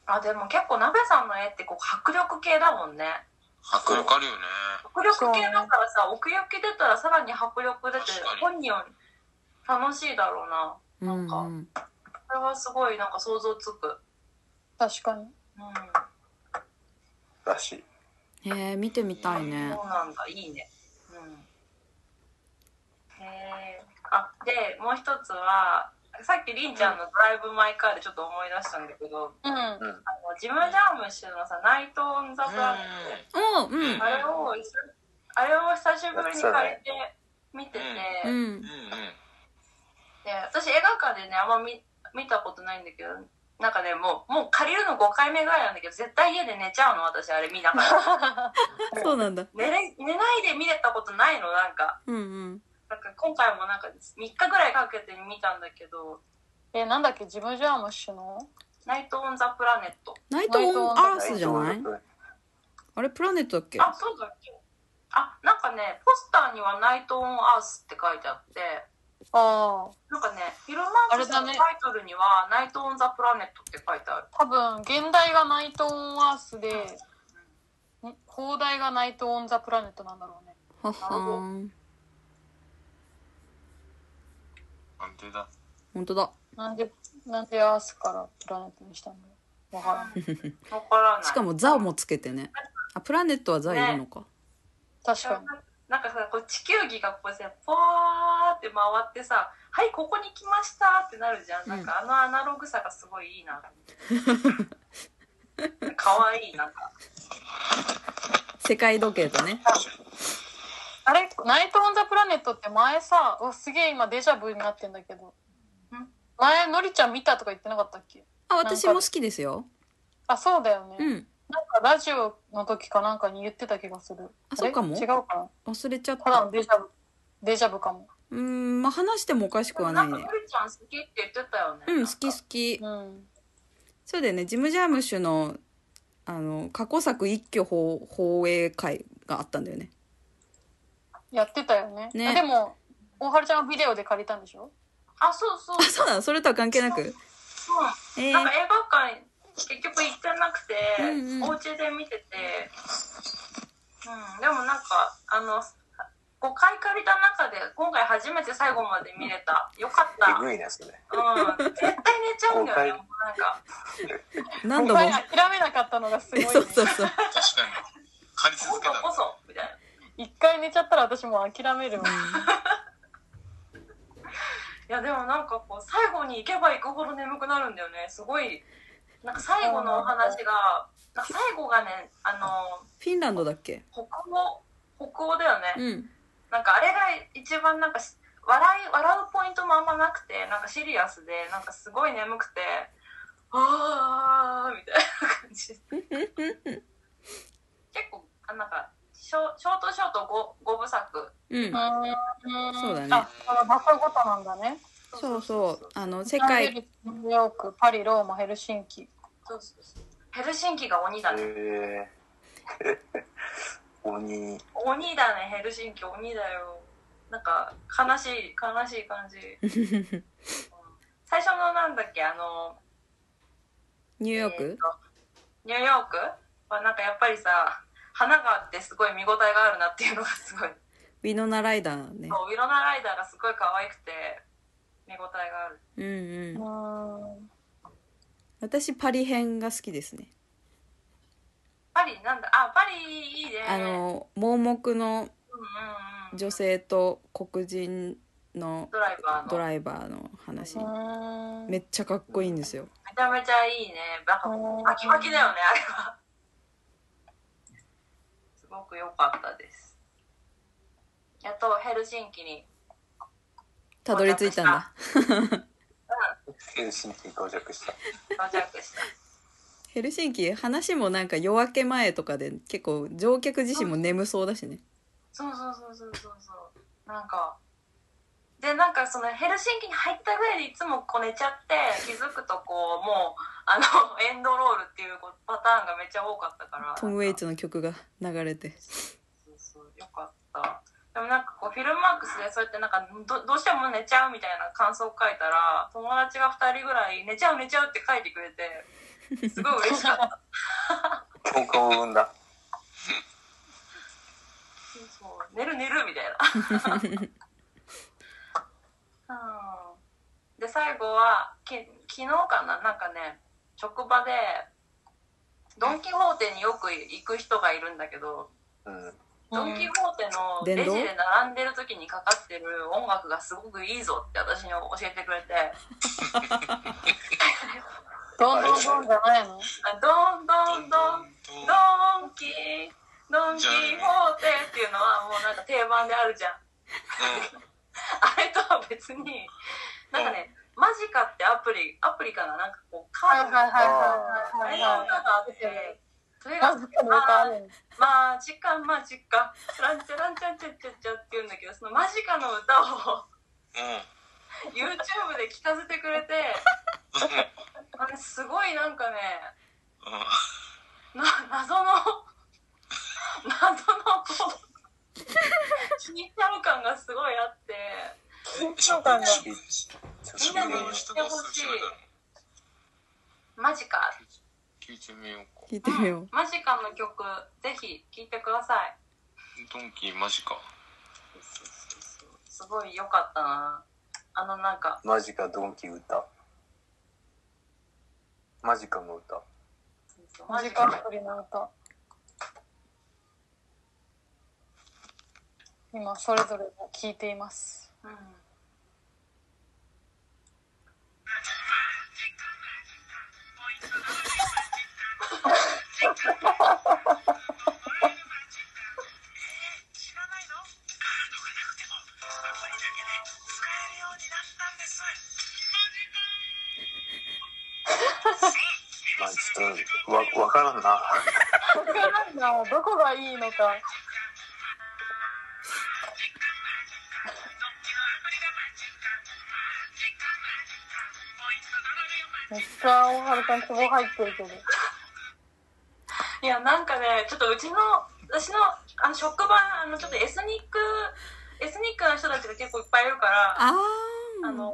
Speaker 4: あでも結構鍋さんの絵ってこう迫力系だもんね
Speaker 5: 迫力あるよね
Speaker 4: 迫力系だからさ奥行き出たらさらに迫力出て
Speaker 5: 確かに
Speaker 4: 本人より楽しいだろうない
Speaker 1: うんうん
Speaker 4: これはすごいなんか想像つく
Speaker 3: 確かに
Speaker 4: うん
Speaker 2: らしい。
Speaker 1: へえ見てみたいね
Speaker 4: そうなんだいいねうんへえあでもう一つはさっきりんちゃんの「ドライブ・マイ・カー」でちょっと思い出したんだけど、
Speaker 3: うん
Speaker 4: あのジム・ジャームッシュのさ「ナイト・オン・ザ・プラネット」
Speaker 1: おううん
Speaker 4: あれを久々、あれを久しぶりに借りて見てて、
Speaker 1: う
Speaker 4: で、
Speaker 1: ん
Speaker 5: うんう
Speaker 4: 私映画館でね、あんま見見たことないんだけど、なんかね、もう、もう借りるの5回目ぐらいなんだけど、絶対家で寝ちゃうの、私、あれ見なが ら。
Speaker 1: そうなんだ
Speaker 4: 寝れ寝ないで見れたことないの、なんか。
Speaker 1: うんうん
Speaker 4: なんか今回もなんか3日ぐらいかけて見たんだけど、
Speaker 3: えなんだっけジム・ジャームッシュの
Speaker 4: ナイト・オン・ザ・プラネット。
Speaker 1: ナイト・オン・アースじゃない
Speaker 2: うん
Speaker 1: あれプラネットだっけ
Speaker 4: あ、そうだっけあ、なんかね、ポスターにはナイト・オン・アースって書いてあって、
Speaker 3: ああ
Speaker 4: なんかね、フィルマークス
Speaker 3: あ
Speaker 4: の
Speaker 3: れだ
Speaker 4: タ
Speaker 3: ね
Speaker 4: イトルには、ナイト・オン・ザ・プラネットって書いてある。
Speaker 3: 多分現代がナイト・オン・アースでに放題がナイト・オン・ザ・プラネットなんだろうね
Speaker 1: ははーん
Speaker 5: ん安定だ
Speaker 1: ほんとだ
Speaker 3: なんでなんでアースからプラネットにしたんだろうわからん
Speaker 4: わからない。
Speaker 1: しかも「ザ」もつけてねあプラネットは「ザ」いるのか
Speaker 3: 確かに
Speaker 4: なんかさこう地球儀がこうさポーって回ってさ「はいここに来ました」ってなるじゃん、なんかあのアナログさがすごいいいな かわいいなんか
Speaker 1: 世界時計とね
Speaker 3: あれナイト・オン・ザ・プラネットって前さうわすげえ今デジャブになってんだけど
Speaker 4: ん
Speaker 3: 前のりちゃん見たとか言ってなかったっけ
Speaker 1: あ私も好きですよ
Speaker 3: あそうだよね、
Speaker 1: うん
Speaker 3: なんかラジオの時かなんかに言ってた気がする
Speaker 1: あそうかも
Speaker 3: れ違うかな
Speaker 1: 忘れちゃった
Speaker 3: だの
Speaker 1: た
Speaker 3: デジャブデジャブかも
Speaker 1: うーんまあ話してもおかしくはな
Speaker 4: ないんか
Speaker 1: ね
Speaker 4: ゆりちゃん好きって言ってたよね
Speaker 1: うん好き好き
Speaker 3: うん
Speaker 1: そうだよねジム・ジャームッシュのあの過去作一挙放放映会があったんだよね
Speaker 3: やってたよね
Speaker 1: ね
Speaker 3: あでも大春ちゃんはビデオで借りたんでしょ
Speaker 4: あそうそう
Speaker 1: あそうなのそれとは関係なく
Speaker 4: そう
Speaker 1: え
Speaker 4: なん
Speaker 1: ー
Speaker 4: か、映画館結局行ってなくて、
Speaker 1: うんうん
Speaker 4: お家で見ててうんでもなんかあの5回借りた中で今回初めて最後まで見れたよかった
Speaker 2: えぐいな、それ。
Speaker 4: うん絶対寝ちゃうんだよね。なんか、
Speaker 1: 何度も
Speaker 3: 前諦めなかったのがすごい、
Speaker 1: え
Speaker 3: ね、
Speaker 1: そうそうそう
Speaker 5: 確かに借り
Speaker 4: こ
Speaker 5: 続け
Speaker 4: そ
Speaker 5: た
Speaker 4: こ
Speaker 5: の
Speaker 4: そ、みたいな。
Speaker 3: 一回寝ちゃったら私もう諦めるわ
Speaker 4: いや、でもなんかこう、最後に行けば行くほど眠くなるんだよね。すごい、なんか最後のお話が、なんか最後がね、あの、
Speaker 1: フィンランドだっけ
Speaker 4: 北欧、北欧だよね。
Speaker 1: うん
Speaker 4: なんかあれが一番なんかし、笑い、笑うポイントもあんまなくて、なんかシリアスで、なんかすごい眠くて、あー、みたいな 感じ。結構、あなんか、ショショートショート 5, 5部作。
Speaker 1: うん
Speaker 3: うん
Speaker 1: そうだね
Speaker 3: あその場所ごとなんだね
Speaker 1: そうそうあの世
Speaker 3: 世界
Speaker 1: 界
Speaker 3: ニューヨークパリローマヘルシンキ
Speaker 4: そうそうそうヘルシンキが鬼だね。
Speaker 2: へえ。鬼。
Speaker 4: 鬼だね、ヘルシンキ鬼だよ。なんか、悲しい、悲しい感じ。うん最初のなんだっけ、あの、
Speaker 1: ニューヨー
Speaker 4: えー
Speaker 1: ク
Speaker 4: とニューヨークはなんかやっぱりさ、花があってすごい見応えがあるなっていうのがすごい。
Speaker 1: ウィノナライダーね。
Speaker 4: そうウィロナライダーがすごい可愛くて見応えがある
Speaker 1: うんう。
Speaker 3: うんん。
Speaker 1: 私、パリ編が好きですね。
Speaker 4: パリなんだあパリいいね
Speaker 1: あの、盲目の
Speaker 4: うんうんうん
Speaker 1: 女性と黒人の
Speaker 4: ドライバーの
Speaker 1: ドライバーの話。
Speaker 3: うん。
Speaker 1: めっちゃかっこいいんですよ。
Speaker 4: めちゃめちゃいいねなんか
Speaker 3: うん
Speaker 4: パキパキだよねあれはすごく良かったですやっとヘルシンキに
Speaker 1: たどり着いたんだ。
Speaker 2: ヘルシンキに到着した。
Speaker 4: 到着した
Speaker 1: ヘルシンキ、話もなんか夜明け前とかで結構乗客自身も眠そうだしね。
Speaker 4: そうそうそうそうそうそうなんかでなんかそのヘルシンキに入ったぐらいでいつもこう寝ちゃって気づくとこうもうあのエンドロールっていうこうパターンがめっちゃ多かったから
Speaker 1: トム・ウェイツの曲が流れて。
Speaker 4: そうそうよかったでもなんかこうフィルマークスでそうやってなんかどどうしても寝ちゃうみたいな感想を書いたら友達が2人ぐらい「寝ちゃう寝ちゃう」って書いてくれてすごい嬉しかった
Speaker 2: 共感を生んだ。
Speaker 4: そうそう寝る寝るみたいな、うん、で最後はき昨日かななんかね職場でドン・キホーテによく行く人がいるんだけど
Speaker 2: うん。
Speaker 4: ドン・キホーテのレジで並んでる時にかかってる音楽がすごくいいぞって私に教えてくれて
Speaker 3: どんどんどんじゃないの
Speaker 4: 「ドンドンドン
Speaker 5: ど
Speaker 4: ドンキドン・キホーテ」っていうのはもうなんか定番であるじゃんあれとは別になんかね「マジカ」ってアプリアプリかななんかこうカ
Speaker 3: はいは
Speaker 4: ー
Speaker 3: い
Speaker 4: ドがあ
Speaker 3: はいは
Speaker 4: れ
Speaker 3: い
Speaker 4: の
Speaker 3: は
Speaker 4: 歌があってそれが
Speaker 3: い。マジかどうかあるの
Speaker 4: 「マジカマジカランチャランチャンチャンチャンチャ」って言うんだけどその「マジカ」の歌を。YouTube で聞かせてくれてあれすごいなんかねな謎の謎のこう緊張感がすごいあって
Speaker 3: 緊張感が。
Speaker 2: 久
Speaker 4: み
Speaker 2: し
Speaker 4: ん
Speaker 2: ぶ
Speaker 4: な
Speaker 2: り
Speaker 4: に
Speaker 2: に
Speaker 4: 言ってほしいマジカ
Speaker 5: 聞いてみようか
Speaker 1: 聞いてみよう。
Speaker 4: マジカの曲ぜひ聴いてください
Speaker 5: ドンキーマジか
Speaker 4: すごい良かったなあのなんか
Speaker 2: マジかドンキ歌。マジかの歌。
Speaker 3: マジカアプリの歌。今それぞれが聞いています。
Speaker 4: うん
Speaker 2: まあちょっとわわからんな。
Speaker 3: わからんな、どこがいいのか。めっちゃ大原さん、ツボ入ってるけど。
Speaker 4: いやなんかねちょっとうちの私のあの職場あのちょっとエスニックエスニックの人たちが結構いっぱいいるから
Speaker 1: あー
Speaker 4: あの、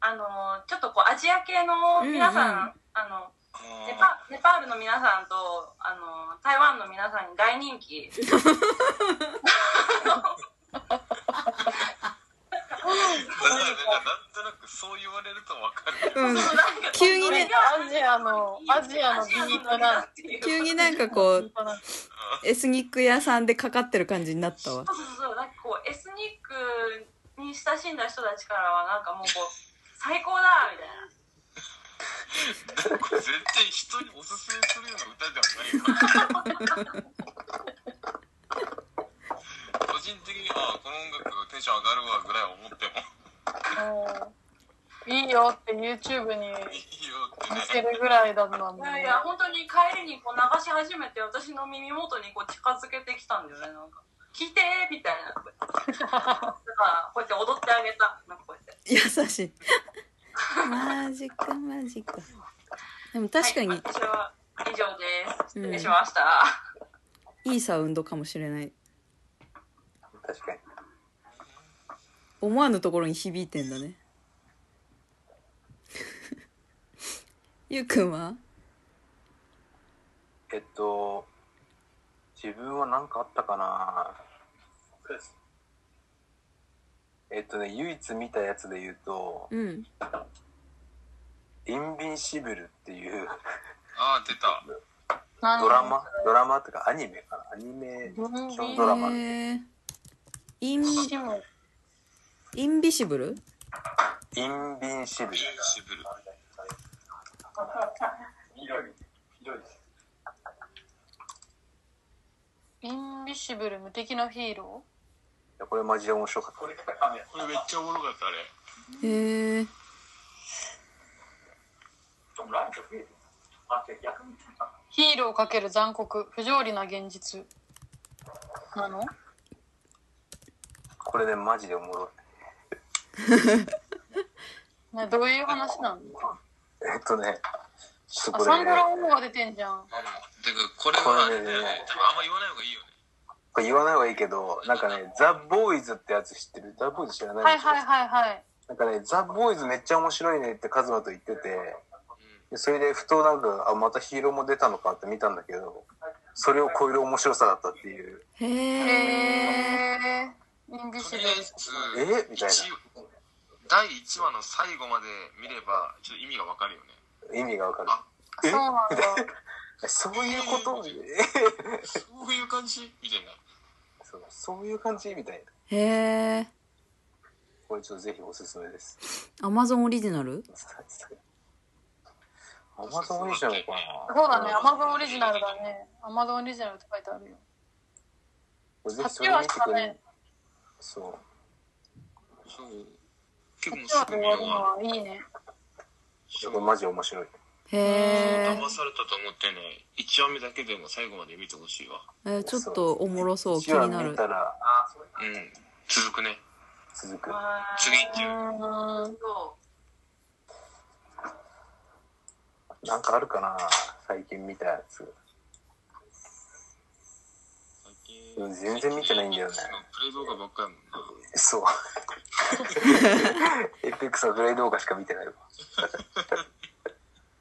Speaker 4: あの、ちょっとこう、アジア系の皆さん、
Speaker 1: うんう
Speaker 4: あの、ネ
Speaker 5: あ
Speaker 4: パ、ネパールの皆さんと、あの、台湾の皆さんに大人気。
Speaker 5: ーなんかなんとなくそう言われるとわかる
Speaker 1: うん。急にね
Speaker 3: アジアのアジアのビートなん
Speaker 4: ていう
Speaker 1: 急になんかこう、
Speaker 3: なん
Speaker 1: エスニック屋さんでかかってる感じになったわ。
Speaker 4: そうそうそう、なんかこう、エスニックに親しんだ人たちからは、なんかもうこう、 最高だみたいな。
Speaker 5: これ絶対人におすすめするような歌ではない から個人的にああこの音楽テンション上がるわぐらいは思っても
Speaker 3: かうんいいよって YouTube に
Speaker 5: いいよって
Speaker 3: 見
Speaker 5: ね
Speaker 3: せるぐらいだったん
Speaker 4: い
Speaker 3: だ
Speaker 4: やい
Speaker 3: ね。
Speaker 4: や、本当に帰りにこう流し始めて、私の耳元にこう近づけてきたんだよね、なんか。聞いてーみたい な。だから、こうやって踊ってあげた。なんかこうやって。
Speaker 1: 優しい。マジか、マジか。でも確か
Speaker 4: は
Speaker 1: に
Speaker 4: い、私は以上です。
Speaker 1: うん
Speaker 4: 失礼しました。
Speaker 1: いいサウンドかもしれない。
Speaker 2: 確かに。
Speaker 1: 思わぬところに響いてんだね。ゆうくんは
Speaker 2: えっと、自分は何かあったかなえっとね、唯一見たやつで言うと、
Speaker 1: うん。
Speaker 2: インビンシブルっていう
Speaker 5: ああ、出た。
Speaker 3: 何
Speaker 2: ドラマ、ドラマっていうかアニメかな。アニメ、
Speaker 3: うん
Speaker 2: 基本ドラマで。
Speaker 1: へーイン、
Speaker 3: シム
Speaker 1: インビシブル
Speaker 2: インビンシブル。
Speaker 5: シブル。
Speaker 3: インビシブル無敵のヒーロ
Speaker 2: これマジで面白かった。
Speaker 5: これめっちゃおもろかった、あれ。
Speaker 1: へえ。
Speaker 3: ーヒーローかける残酷不条理な現実なの
Speaker 2: これね、マジでおもろい。
Speaker 3: ねどういう話なの
Speaker 2: えっとね、ちょっと
Speaker 3: あ
Speaker 2: こ
Speaker 3: サ
Speaker 2: れ
Speaker 3: ン
Speaker 2: ね
Speaker 3: ド、ラ・オモが出てんじゃん
Speaker 5: だから、これは
Speaker 2: こ
Speaker 5: ね、
Speaker 2: れね
Speaker 5: 多分あんま言わない方がいいよね。
Speaker 2: これ言わない方がいいけど、なんかね、ザ・ボーイズってやつ知ってるザ・ボーイズ知らない
Speaker 3: はい
Speaker 2: でしょ
Speaker 3: はいはいはい
Speaker 2: なんかね、ザ・ボーイズめっちゃ面白いねってカズマと言ってて、でそれでふとなんか、あ、またヒーローも出たのかって見たんだけど、それを超える面白さだったっていう、
Speaker 1: へえ。
Speaker 3: へえインビ
Speaker 5: と
Speaker 3: シ
Speaker 5: り
Speaker 3: ブ
Speaker 5: あ
Speaker 3: ル
Speaker 5: えず、
Speaker 2: えみたい
Speaker 5: 一第1話の最後まで見れば、ちょっと意味がわかるよね。
Speaker 2: な意味がわかる。
Speaker 3: そうなんだ
Speaker 2: えそういうことえ
Speaker 5: そういう感じみたいな。
Speaker 2: そうそういう感じみたいな。
Speaker 1: へえ。
Speaker 2: これちょっとぜひおすすめです。
Speaker 1: アマゾンオリジナル
Speaker 2: アマゾンオリジナルかな
Speaker 3: そうだねアマゾンオリジナルだねアマゾンオリジナルって書いてあるよ
Speaker 2: これぜひそ
Speaker 3: 8
Speaker 2: れ見
Speaker 3: 話
Speaker 2: て
Speaker 3: し
Speaker 2: く
Speaker 3: か
Speaker 2: れ
Speaker 3: ね
Speaker 2: そう。
Speaker 5: そう。結
Speaker 3: 8話で終わるのはいいね
Speaker 2: これマジ面白い。
Speaker 1: へえ
Speaker 5: 騙。されたと思ってね、1話目だけでも最後まで見てほしいわ。
Speaker 1: えーちょっとおもろそう気
Speaker 2: 一話
Speaker 1: にな
Speaker 2: 見
Speaker 1: る。
Speaker 2: たら
Speaker 5: うん。続くね。
Speaker 2: 続く。
Speaker 5: 次
Speaker 4: 次
Speaker 5: 行っち
Speaker 3: う
Speaker 5: ゃう。
Speaker 3: ーん
Speaker 4: そう
Speaker 2: なんかあるかな最近見たやつ。うん全然見てないんだよね
Speaker 5: プレイ動画ばっかりやもんな。
Speaker 2: そう。エピックスのグレイ動画しか見てないわ。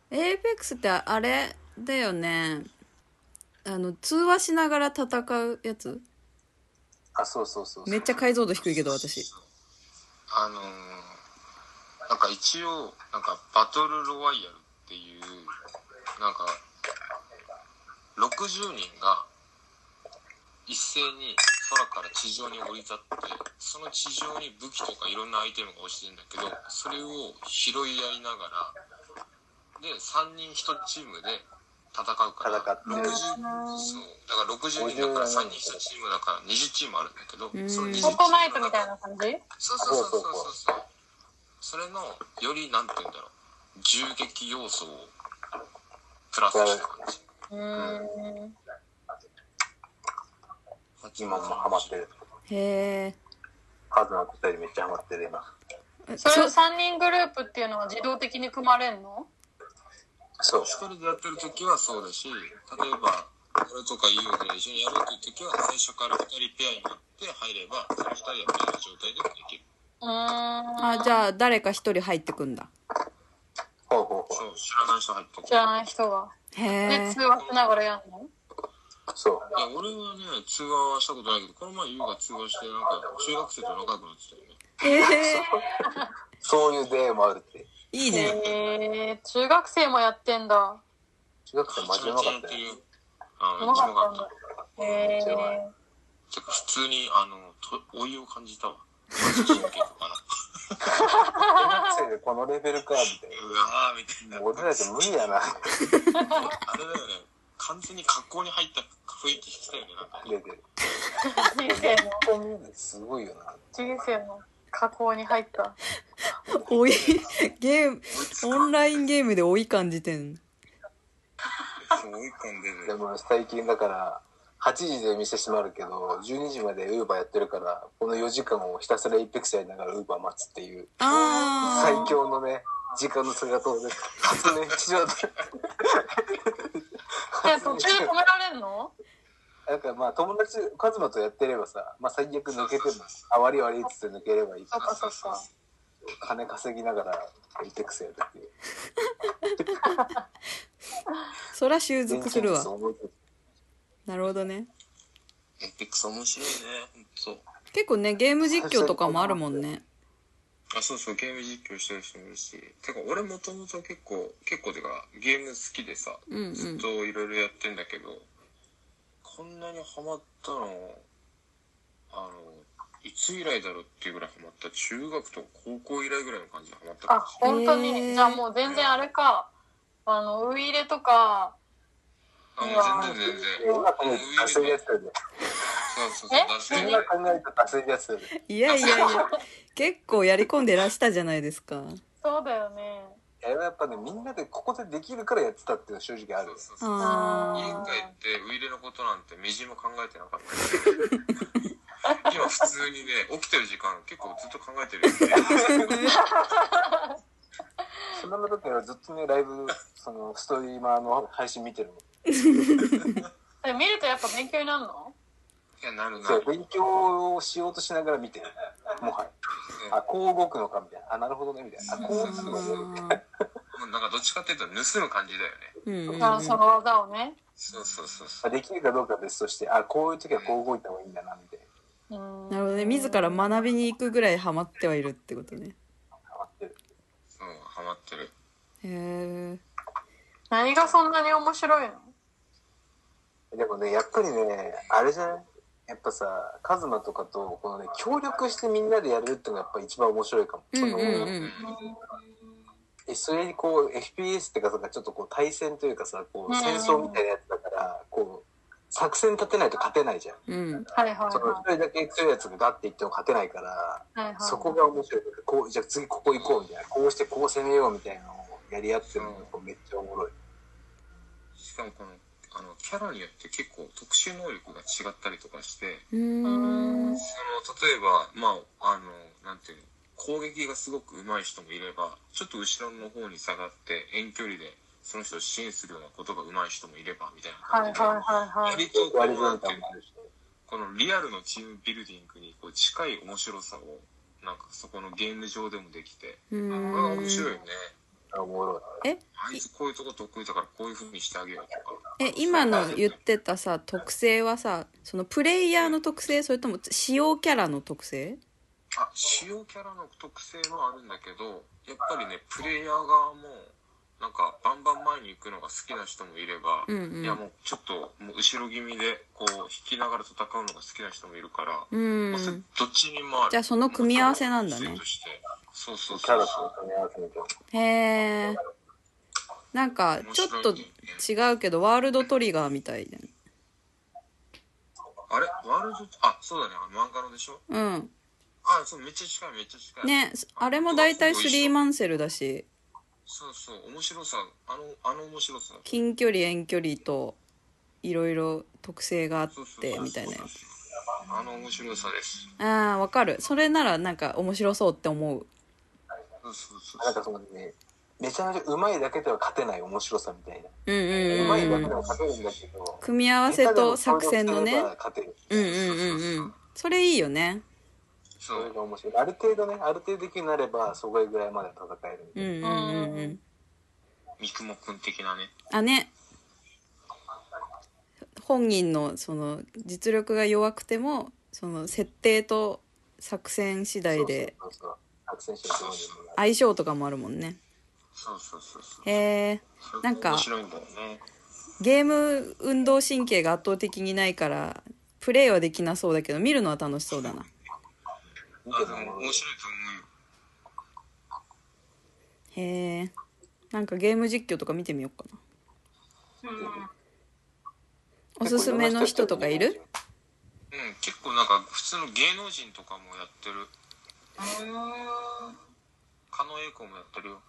Speaker 1: エイペックスってあれだよね。あの、通話しながら戦うやつ
Speaker 2: あ、そうそうそうそう。
Speaker 1: めっちゃ解像度低いけど、私。
Speaker 5: あのー、なんか一応、なんかバトルロワイヤルっていう、なんか、60人が一斉に空から地上に降り立って、その地上に武器とかいろんなアイテムが落ちてるんだけど、それを拾い合いながら、で、3人1チームで戦うから、
Speaker 2: 戦って
Speaker 5: 60そう、だから60人だから3人1チームだから20チームあるんだけど、
Speaker 1: ん
Speaker 5: その20チー
Speaker 3: フォー
Speaker 5: ムの
Speaker 3: トナイ
Speaker 5: 中
Speaker 3: トみたいな感じ
Speaker 5: そうそうそうそうそうそうそれのよりなんて言うんだろう銃撃要素をプラスした感じ
Speaker 3: うーん
Speaker 2: 今もハマってる。
Speaker 1: へえ。
Speaker 2: カズマと二人めっちゃハマってる今。
Speaker 1: え
Speaker 3: それ
Speaker 1: そ
Speaker 3: 3人グループっていうのは自動的に組まれんの
Speaker 2: そう。
Speaker 5: 一人でやってる時はそうだし例えば俺とかユウで一緒にやろうという時は最初から2人ペアになって入ればその2人はペアの状態でもできる
Speaker 3: うーん
Speaker 1: あ、じゃあ誰か一人入ってくんだ。
Speaker 2: ほうほうほ
Speaker 5: そう知らない人入ってく
Speaker 3: 知
Speaker 5: る
Speaker 3: らない人が。
Speaker 1: へ
Speaker 3: で、
Speaker 1: え
Speaker 3: 通。話しながらやんの
Speaker 2: う。そう。
Speaker 5: いや俺はね通話はしたことないけどこの前ユウが通話してなんか中学生と仲良くなってたよね
Speaker 1: ええ。
Speaker 2: そういう出会いもあるって。
Speaker 1: いいね。
Speaker 3: えー、中学生もやってんだ。
Speaker 2: 中学生マジでうまかったよ。
Speaker 5: よあ
Speaker 3: う
Speaker 5: あ
Speaker 3: ま
Speaker 5: 一
Speaker 3: か
Speaker 5: 番か
Speaker 3: っ
Speaker 5: った
Speaker 3: んだ
Speaker 5: た。
Speaker 3: え
Speaker 2: うまい
Speaker 3: ー、
Speaker 5: てか普通にあのと老いを感じたわマジ神経とかな
Speaker 2: 中学生でこのレベルか、みたいう
Speaker 5: わーみたいな
Speaker 2: な。俺らじゃ無理やな、
Speaker 5: あれだよね完全に格好に入った雰囲気してたよねなんかね
Speaker 2: レベル。
Speaker 3: 人生の、
Speaker 2: 本当にすごいよな。
Speaker 3: 人生の加工に入った。
Speaker 1: おい、ゲーム、オンラインゲームで老い感じてん。
Speaker 5: 老い込んで
Speaker 2: でも最近だから、8時で店閉まるけど、12時までウーバーやってるから、この4時間をひたすらインペクスやりながらウーバー待つっていう、
Speaker 1: あ
Speaker 2: 最
Speaker 1: あ。
Speaker 2: 強のね、時間の姿をね、発明しようと。
Speaker 3: え、途中止められんの
Speaker 2: なんかまあ友達、カズマとやってればさ、まあ最悪抜けても、あわりわりっつって抜ければいい
Speaker 3: そ
Speaker 2: か
Speaker 3: っかそっか。
Speaker 2: ら、金稼ぎながらインペクスやるっていう。
Speaker 1: そら習熟するわ
Speaker 2: 現。実を思いつつ
Speaker 1: なるほどね。
Speaker 5: エピックス面白いね本当。
Speaker 1: 結構ね、ゲーム実況とかもあるもんね。
Speaker 5: そうそう、ゲーム実況してる人もいるし。てか、俺もともと結構、結構てか、ゲーム好きでさ、
Speaker 1: うんうん
Speaker 5: ずっといろいろやってんだけど、こんなにハマったの、あの、いつ以来だろうっていうぐらいハマった。中学とか高校以来ぐらいの感じでハマったか
Speaker 3: あ、
Speaker 5: も
Speaker 3: 本
Speaker 5: し
Speaker 3: 当に、
Speaker 1: へー
Speaker 3: じゃあもう全然あれか。あの、ウイイレとか、
Speaker 5: れない。あ、もう全然全然。
Speaker 2: 今考えたら脱いだやつよね。
Speaker 5: そうそうそう、
Speaker 3: え
Speaker 5: だし
Speaker 2: 今考えたら脱いだやつよね。
Speaker 1: いやいやいや結構やり込んでらしたじゃないですか
Speaker 3: そうだよね。
Speaker 2: あれはやっぱね、みんなでここでできるからやってたっていうのは正直ある
Speaker 5: そ。うそうそう家
Speaker 1: あ
Speaker 5: 帰ってウイイレのことなんてみじんも考えてなかったけど 今普通にね起きてる時間結構ずっと考えてるよ ね
Speaker 2: そんな時はずっとね、ライブ、その、ストリーマーの配信見てるもん。
Speaker 3: で見るとやっぱ勉強になるの
Speaker 5: いやなるな
Speaker 2: そ
Speaker 5: る
Speaker 2: う、勉強をしようとしながら見てる。もはや。あ、こう動くのかみたいな。あ、なるほどね、みたいな。あ、こう動くのね。
Speaker 1: あ
Speaker 5: もうなんかどっちかっていうと盗む感じだよね
Speaker 1: うんうんうん
Speaker 3: あその技をね。
Speaker 5: そうそうそうそ
Speaker 2: あ
Speaker 5: う
Speaker 2: できるかどうかは別として、あ、こういう時はこう動いた方がいいんだな、みたいな。
Speaker 3: うん
Speaker 1: なるほどね自ら学びに行くぐらいハマってはいるってことね
Speaker 2: ハマってる。
Speaker 5: そうハマってる
Speaker 1: へえ
Speaker 3: 何がそんなに面白いの
Speaker 2: でもね、やっぱりね、あれじゃないやっぱさ、カズマとかと、このね、協力してみんなでやれるっていうのがやっぱ一番面白いかも。
Speaker 1: うんうん
Speaker 2: その
Speaker 1: うん
Speaker 2: えそれにこう FPS ってかさちょっとこう対戦というかさこう
Speaker 3: うんうん
Speaker 2: 戦争みたいなやつだからこう作戦立てないと勝てないじゃん。
Speaker 1: うん
Speaker 3: はいはいはい。
Speaker 2: その一人だけ強いやつがガッていっても勝てないから
Speaker 3: はいはい、
Speaker 2: そこが面白い。こうじゃあ次ここ行こうみたいなこうしてこう攻めようみたいなのをやり合ってるのがこうめっちゃおもろい。
Speaker 5: しかもこのあのキャラによって結構特殊能力が違ったりとかして
Speaker 1: うーん
Speaker 5: その例えばまああのなんていうの攻撃がすごく上手い人もいればちょっと後ろの方に下がって遠距離でその人を支援するようなことが上手い人もいればみたいな
Speaker 3: はいは
Speaker 5: 感
Speaker 3: い
Speaker 5: じで、
Speaker 3: はいはい。
Speaker 5: 割
Speaker 2: 割
Speaker 5: とこう
Speaker 2: り
Speaker 5: なん
Speaker 2: 分
Speaker 5: てい
Speaker 2: 担も
Speaker 5: うの
Speaker 2: あるし。
Speaker 5: このリアルのチームビルディングにこう近い面白さをなんかそこのゲーム上でもできて
Speaker 1: う
Speaker 5: これが面白い
Speaker 1: ん
Speaker 5: よね
Speaker 2: おもろい。
Speaker 5: あいつこういうとこ得意だからこういうふうにしてあげようとか
Speaker 1: え今の言ってたさ特性はさそのプレイヤーの特性それとも使用キャラの特性
Speaker 5: あ主要キャラの特性もあるんだけどやっぱりねプレイヤー側もなんかバンバン前に行くのが好きな人もいれば、
Speaker 1: うんう
Speaker 5: いや
Speaker 1: ん
Speaker 5: もうちょっともう後ろ気味でこう引きながら戦うのが好きな人もいるから、
Speaker 1: う
Speaker 5: まあそ
Speaker 1: ん
Speaker 5: どっちにもある
Speaker 1: じゃあその組み合わせなんだね
Speaker 5: 個性としてそうそう
Speaker 2: キ
Speaker 5: そ
Speaker 2: ャ
Speaker 5: う
Speaker 2: ラ
Speaker 5: そ
Speaker 2: と
Speaker 5: う
Speaker 2: 組み合わせみたいな。
Speaker 1: へえなんかちょっと違うけどワールドトリガーみたいだね
Speaker 5: あれワールドあそうだねあの漫画のでしょ
Speaker 1: うん
Speaker 5: あそうめっちゃ近いめっちゃ近い
Speaker 1: ねあれも大体スリーマンセルだし
Speaker 5: そうそう面白さあのあの面白さ
Speaker 1: 近距離遠距離といろいろ特性があってみたいなやつ
Speaker 5: あの面白さです
Speaker 1: あーわかるそれならなんか面白そうって思う
Speaker 5: そうそうそう
Speaker 2: なんかそのね、めちゃめちゃ上手いだけでは勝てない面白さみたいな。
Speaker 1: うんうん
Speaker 2: 上手いだ
Speaker 1: う
Speaker 2: け
Speaker 1: んう
Speaker 2: で
Speaker 1: ん
Speaker 2: は勝てるんだけど。
Speaker 1: 組み合わせと作戦のね
Speaker 2: 勝てる
Speaker 1: うんうんうんうんそれいいよね
Speaker 5: そ
Speaker 2: そうれが面白い。ある程度ね、ある程度できるようになれば、そこぐらいまで戦えるみた
Speaker 1: う
Speaker 2: い
Speaker 1: ん
Speaker 2: な。
Speaker 1: うんうんうん
Speaker 5: 三雲くん的なね
Speaker 1: あね本人のその実力が弱くてもその設定と作戦次第で
Speaker 2: そうそうそう。作戦してると思うんだよね
Speaker 1: 相性とかもあるもんね
Speaker 5: そうそうそうそう
Speaker 1: へえ
Speaker 5: それが
Speaker 1: なんか
Speaker 5: 面白いんだよね
Speaker 1: ゲーム運動神経が圧倒的にないからプレイはできなそうだけど見るのは楽しそうだな
Speaker 2: 見
Speaker 5: あ
Speaker 2: て
Speaker 5: で
Speaker 2: るの
Speaker 5: も
Speaker 2: も
Speaker 5: 面白いと思うよ
Speaker 1: へえんかゲーム実況とか見てみようかなおすすめの人とかいる
Speaker 5: うん結構なんか普通の芸能人とかもやってる狩野英孝もやってるよ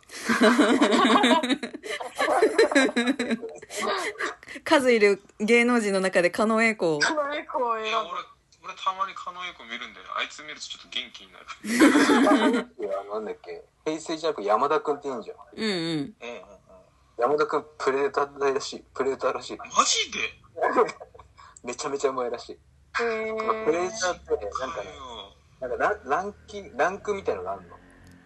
Speaker 1: 数いる芸能人の中で狩野英孝
Speaker 3: この猫を
Speaker 5: い
Speaker 3: 選
Speaker 5: や俺俺たまに狩野英孝見るんだよねあいつ見るとちょっと元気になる
Speaker 2: いや、なんだっけ。平成ジャンプ山田くんっていいんじゃん。
Speaker 1: うんうん
Speaker 5: うんうんうん
Speaker 2: 山田くんプレデターらしい。プレデターらしい。
Speaker 5: マジで
Speaker 2: めちゃめちゃうまいらしい。プ
Speaker 3: ぶ。
Speaker 2: レ
Speaker 3: へえ
Speaker 2: デターって、なんかね、なんかランランキランクみたいのがあるの。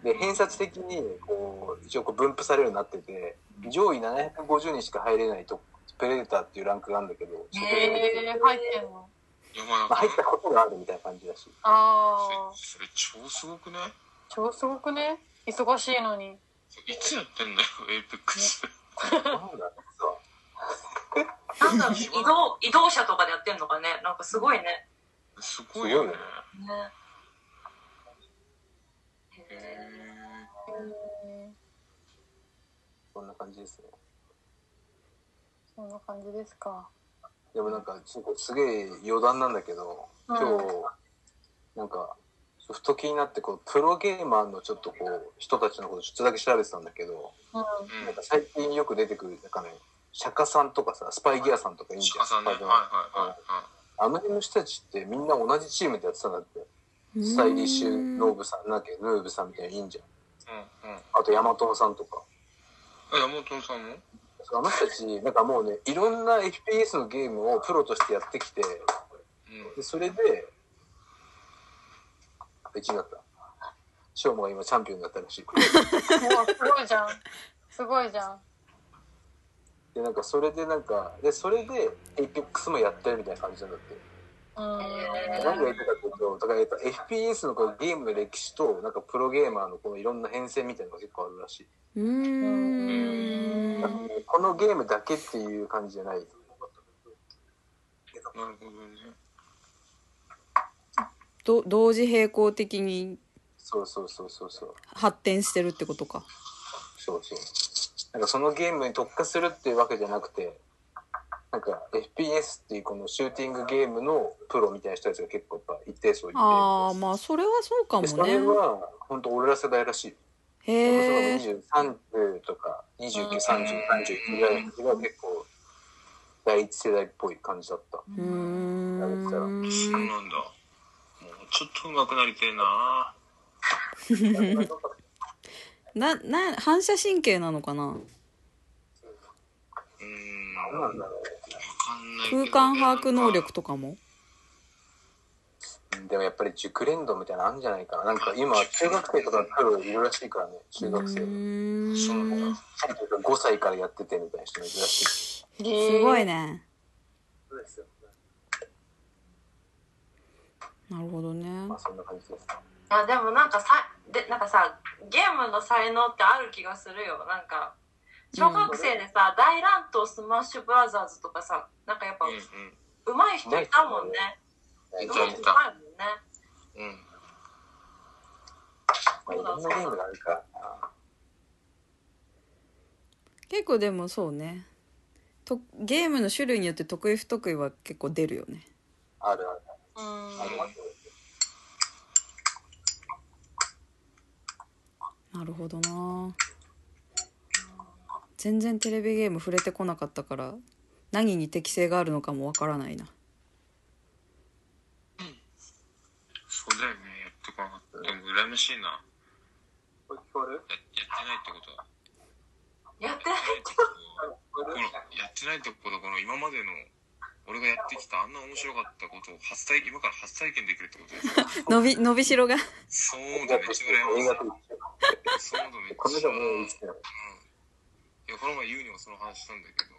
Speaker 2: で、偏差値的に、こう、一応こう分布されるようになってて、上位750人しか入れないと、プレデターっていうランクがあるんだけど、そこに入って
Speaker 3: へえ入ってんの。
Speaker 5: 山
Speaker 2: まあ、
Speaker 5: 田
Speaker 2: 入っ
Speaker 5: 君
Speaker 2: たことがあるみたいな感じだし。
Speaker 3: あ
Speaker 5: それ超すごくない
Speaker 3: 超すごくね忙しいのに。
Speaker 5: いつやってんだよ、エイペックス。
Speaker 2: なんだ実は
Speaker 4: なんだろう、移動、移動車とかでやってんのかね。なんかすごいね。
Speaker 5: すごいよね。
Speaker 2: す
Speaker 5: へ
Speaker 4: ね。
Speaker 5: え
Speaker 3: うん
Speaker 2: そんな感じですね
Speaker 3: そんな感じですか。
Speaker 2: でもなんかちょっとすげえ余談なんだけど今日、
Speaker 3: うん
Speaker 2: なんかふと気になってこうプロゲーマーのちょっとこう人たちのことちょっとだけ調べてたんだけど
Speaker 3: うん。
Speaker 5: うん
Speaker 2: なんか最近よく出てくるなんかね釈迦さんとかさスパイギアさんとかいいんじ
Speaker 5: 鹿
Speaker 2: ゃん
Speaker 5: さんね。はいはいはい
Speaker 2: あの辺の人たちってみんな同じチームでやってたんだってスタイリッシュノーブさんなんだっけヌーブさんみたいないいんじゃん
Speaker 5: はい。うんうん。
Speaker 2: あとヤマトンさんとか
Speaker 5: え山本さんも
Speaker 2: あの人たちなんかもうねいろんな FPS のゲームをプロとしてやってきて
Speaker 5: うん。
Speaker 2: でそれで1位だったショーモが今チャンピオンになったらしい
Speaker 3: うわすごいじゃん。すごいじゃん。
Speaker 2: でなんかそれでなんかでそれで APEX もやってるみたいな感じなんだって
Speaker 3: うん。
Speaker 2: 何が言ってたかっていうとだからやっぱ FPS のこのゲームの歴史となんかプロゲーマーのこのいろんな変遷みたいなのが結構あるらしい、
Speaker 1: うーん
Speaker 2: このゲームだけっていう感じじゃない
Speaker 5: なるほどね。
Speaker 1: ど同時並行的に
Speaker 2: そうそうそうそうそう
Speaker 1: 発展してるってことか
Speaker 2: そうそうなんかそのゲームに特化するっていうわけじゃなくてなんか FPS っていうこのシューティングゲームのプロみたいな人たちが結構やっぱ一定数いて
Speaker 1: ああまあそれはそうか
Speaker 2: でそ
Speaker 1: も
Speaker 2: れ
Speaker 1: ね
Speaker 2: は本当俺ら世代らしい
Speaker 1: へえ
Speaker 2: それこそ2030とか
Speaker 3: うん
Speaker 2: 293031ぐらいの時が結構第一世代っぽい感じ だった
Speaker 1: うーん
Speaker 5: そうなんだ。もうちょっと上手くなりてえな。
Speaker 1: なな反射神経なのかな
Speaker 5: うん。
Speaker 2: 何
Speaker 5: わ
Speaker 2: なんだろ
Speaker 5: かんないけど
Speaker 1: 空
Speaker 5: ね
Speaker 1: 間把握能力。とかも
Speaker 2: ううんでもやっぱり熟練度みたいなのあるんじゃないかななんか今中学生とかのプロいるらしいからね中学生
Speaker 1: うーん
Speaker 5: そうなんだ。
Speaker 2: 5歳からやっててみたいな人もいるらしい
Speaker 1: すごい
Speaker 3: ね。
Speaker 1: ねなるほどね
Speaker 2: まあそんな感じです
Speaker 4: いやでもなんかさでなんかさゲームの才能ってある気がするよなんか小学生でさ、大乱闘スマッシュブラザーズとかさなんかやっぱ
Speaker 5: うん
Speaker 4: 上手い人いたもんね
Speaker 5: うん。いた
Speaker 4: 上手い
Speaker 5: い
Speaker 4: 人い
Speaker 5: た。
Speaker 4: たもんね
Speaker 5: うん。
Speaker 2: まあいろんなゲームがあるからな
Speaker 1: 結構でもそうねとゲームの種類によって得意不得意は結構出るよね
Speaker 2: あるある
Speaker 3: うん。
Speaker 2: あるある
Speaker 1: なるほどな全然テレビゲーム触れてこなかったから何に適性があるのかもわからないな
Speaker 5: そうだよね。やってこなかった。でも羨ましいな。や
Speaker 2: これ聞こえる
Speaker 5: やってないってことは。
Speaker 4: やってな
Speaker 5: こ
Speaker 4: い
Speaker 5: のやってないってことはこの今までの俺がやってきたあんな面白かったことを初体今から初体験できるってことですよ
Speaker 1: 伸び伸びしろが
Speaker 5: そう思うと
Speaker 2: だっ
Speaker 5: め
Speaker 2: て
Speaker 5: っちゃ羨ましいそう思うとめっ
Speaker 2: この
Speaker 5: ちゃ
Speaker 2: 人もう生きてない
Speaker 5: いやこの前ユウにもその話したんだけど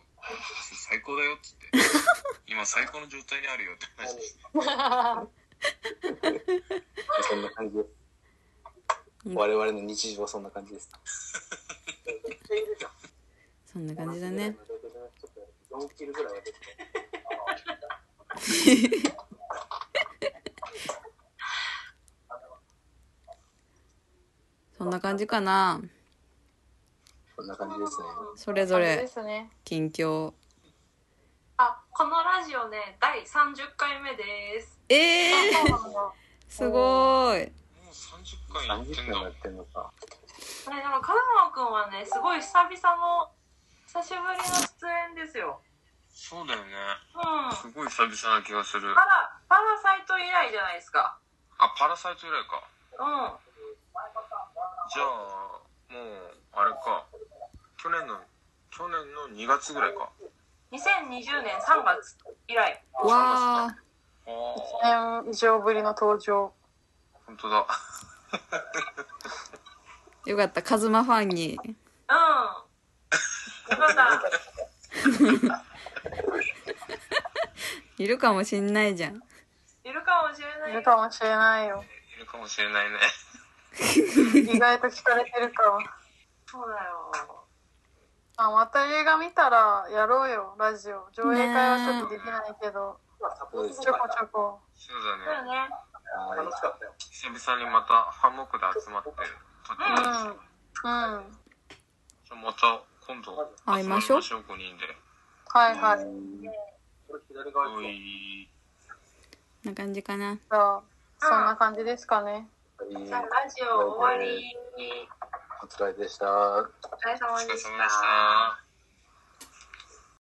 Speaker 5: 最高だよっつって今最高の状態にあるよって話して
Speaker 2: そんな感じです。我々の日常はそんな感じです。
Speaker 1: そんな感じだね。
Speaker 2: 4キルぐらいは出て
Speaker 1: そんな感じかな
Speaker 2: こんな感じですね。
Speaker 1: それ
Speaker 3: そ
Speaker 1: ぞ
Speaker 3: れで
Speaker 1: れ
Speaker 3: すね。
Speaker 1: 近況
Speaker 4: あこのラジオね第30回目です
Speaker 1: え
Speaker 3: そ
Speaker 1: ー、
Speaker 3: うなんだ。
Speaker 1: すごーい
Speaker 5: もう30回やっ
Speaker 2: 何
Speaker 5: て
Speaker 2: 時
Speaker 5: ん
Speaker 2: 間
Speaker 5: だ
Speaker 2: やってんのか。
Speaker 4: ねでも風間くんはねすごい久々の久しぶりの出演ですよ
Speaker 5: そうだよね
Speaker 4: うんパ
Speaker 5: すごい久々な気がする
Speaker 4: ラパラサイト以来じゃないですか
Speaker 5: あパラサイト以来か
Speaker 4: うん
Speaker 5: じゃあもうあれか去年の去年の2月ぐらいか
Speaker 4: 2020年3月以来
Speaker 1: わあ
Speaker 5: ああ
Speaker 3: 1年以上ぶりの登場。
Speaker 5: 本当だ
Speaker 1: よかったカズマファンに
Speaker 4: うん よかった
Speaker 1: いるかもしんないじゃん
Speaker 4: いるかもしれない
Speaker 3: る
Speaker 4: いよ
Speaker 3: かもしれないよ。
Speaker 5: いるかもしれないね。
Speaker 3: 意外と聞かれてるか。
Speaker 4: そうだよ。
Speaker 3: あ、また映画見たらやろうよ、ラジオ。上映会はちょっとできないけど、
Speaker 2: サポート
Speaker 3: ちょこちょこ。
Speaker 5: そう
Speaker 4: そう
Speaker 5: だ
Speaker 4: だ
Speaker 5: ね。
Speaker 4: ね。
Speaker 2: 楽しかったよ。
Speaker 5: 久々にまたハンモックで集まって撮って
Speaker 3: う
Speaker 5: ま
Speaker 3: ん。うん。
Speaker 5: すまた今度
Speaker 1: 会いましょう
Speaker 5: 集まりましょう5人で。
Speaker 3: はいはい。
Speaker 2: これ左側
Speaker 5: お
Speaker 2: 行
Speaker 5: い。
Speaker 1: こんな感じかな。
Speaker 3: じゃあ、そんな感じですかね。
Speaker 2: く
Speaker 4: じゃあ、ラジオ終わり。
Speaker 2: お疲れでした。
Speaker 4: お疲れ様
Speaker 5: お疲れ様
Speaker 4: で
Speaker 5: で
Speaker 4: し。
Speaker 5: したた。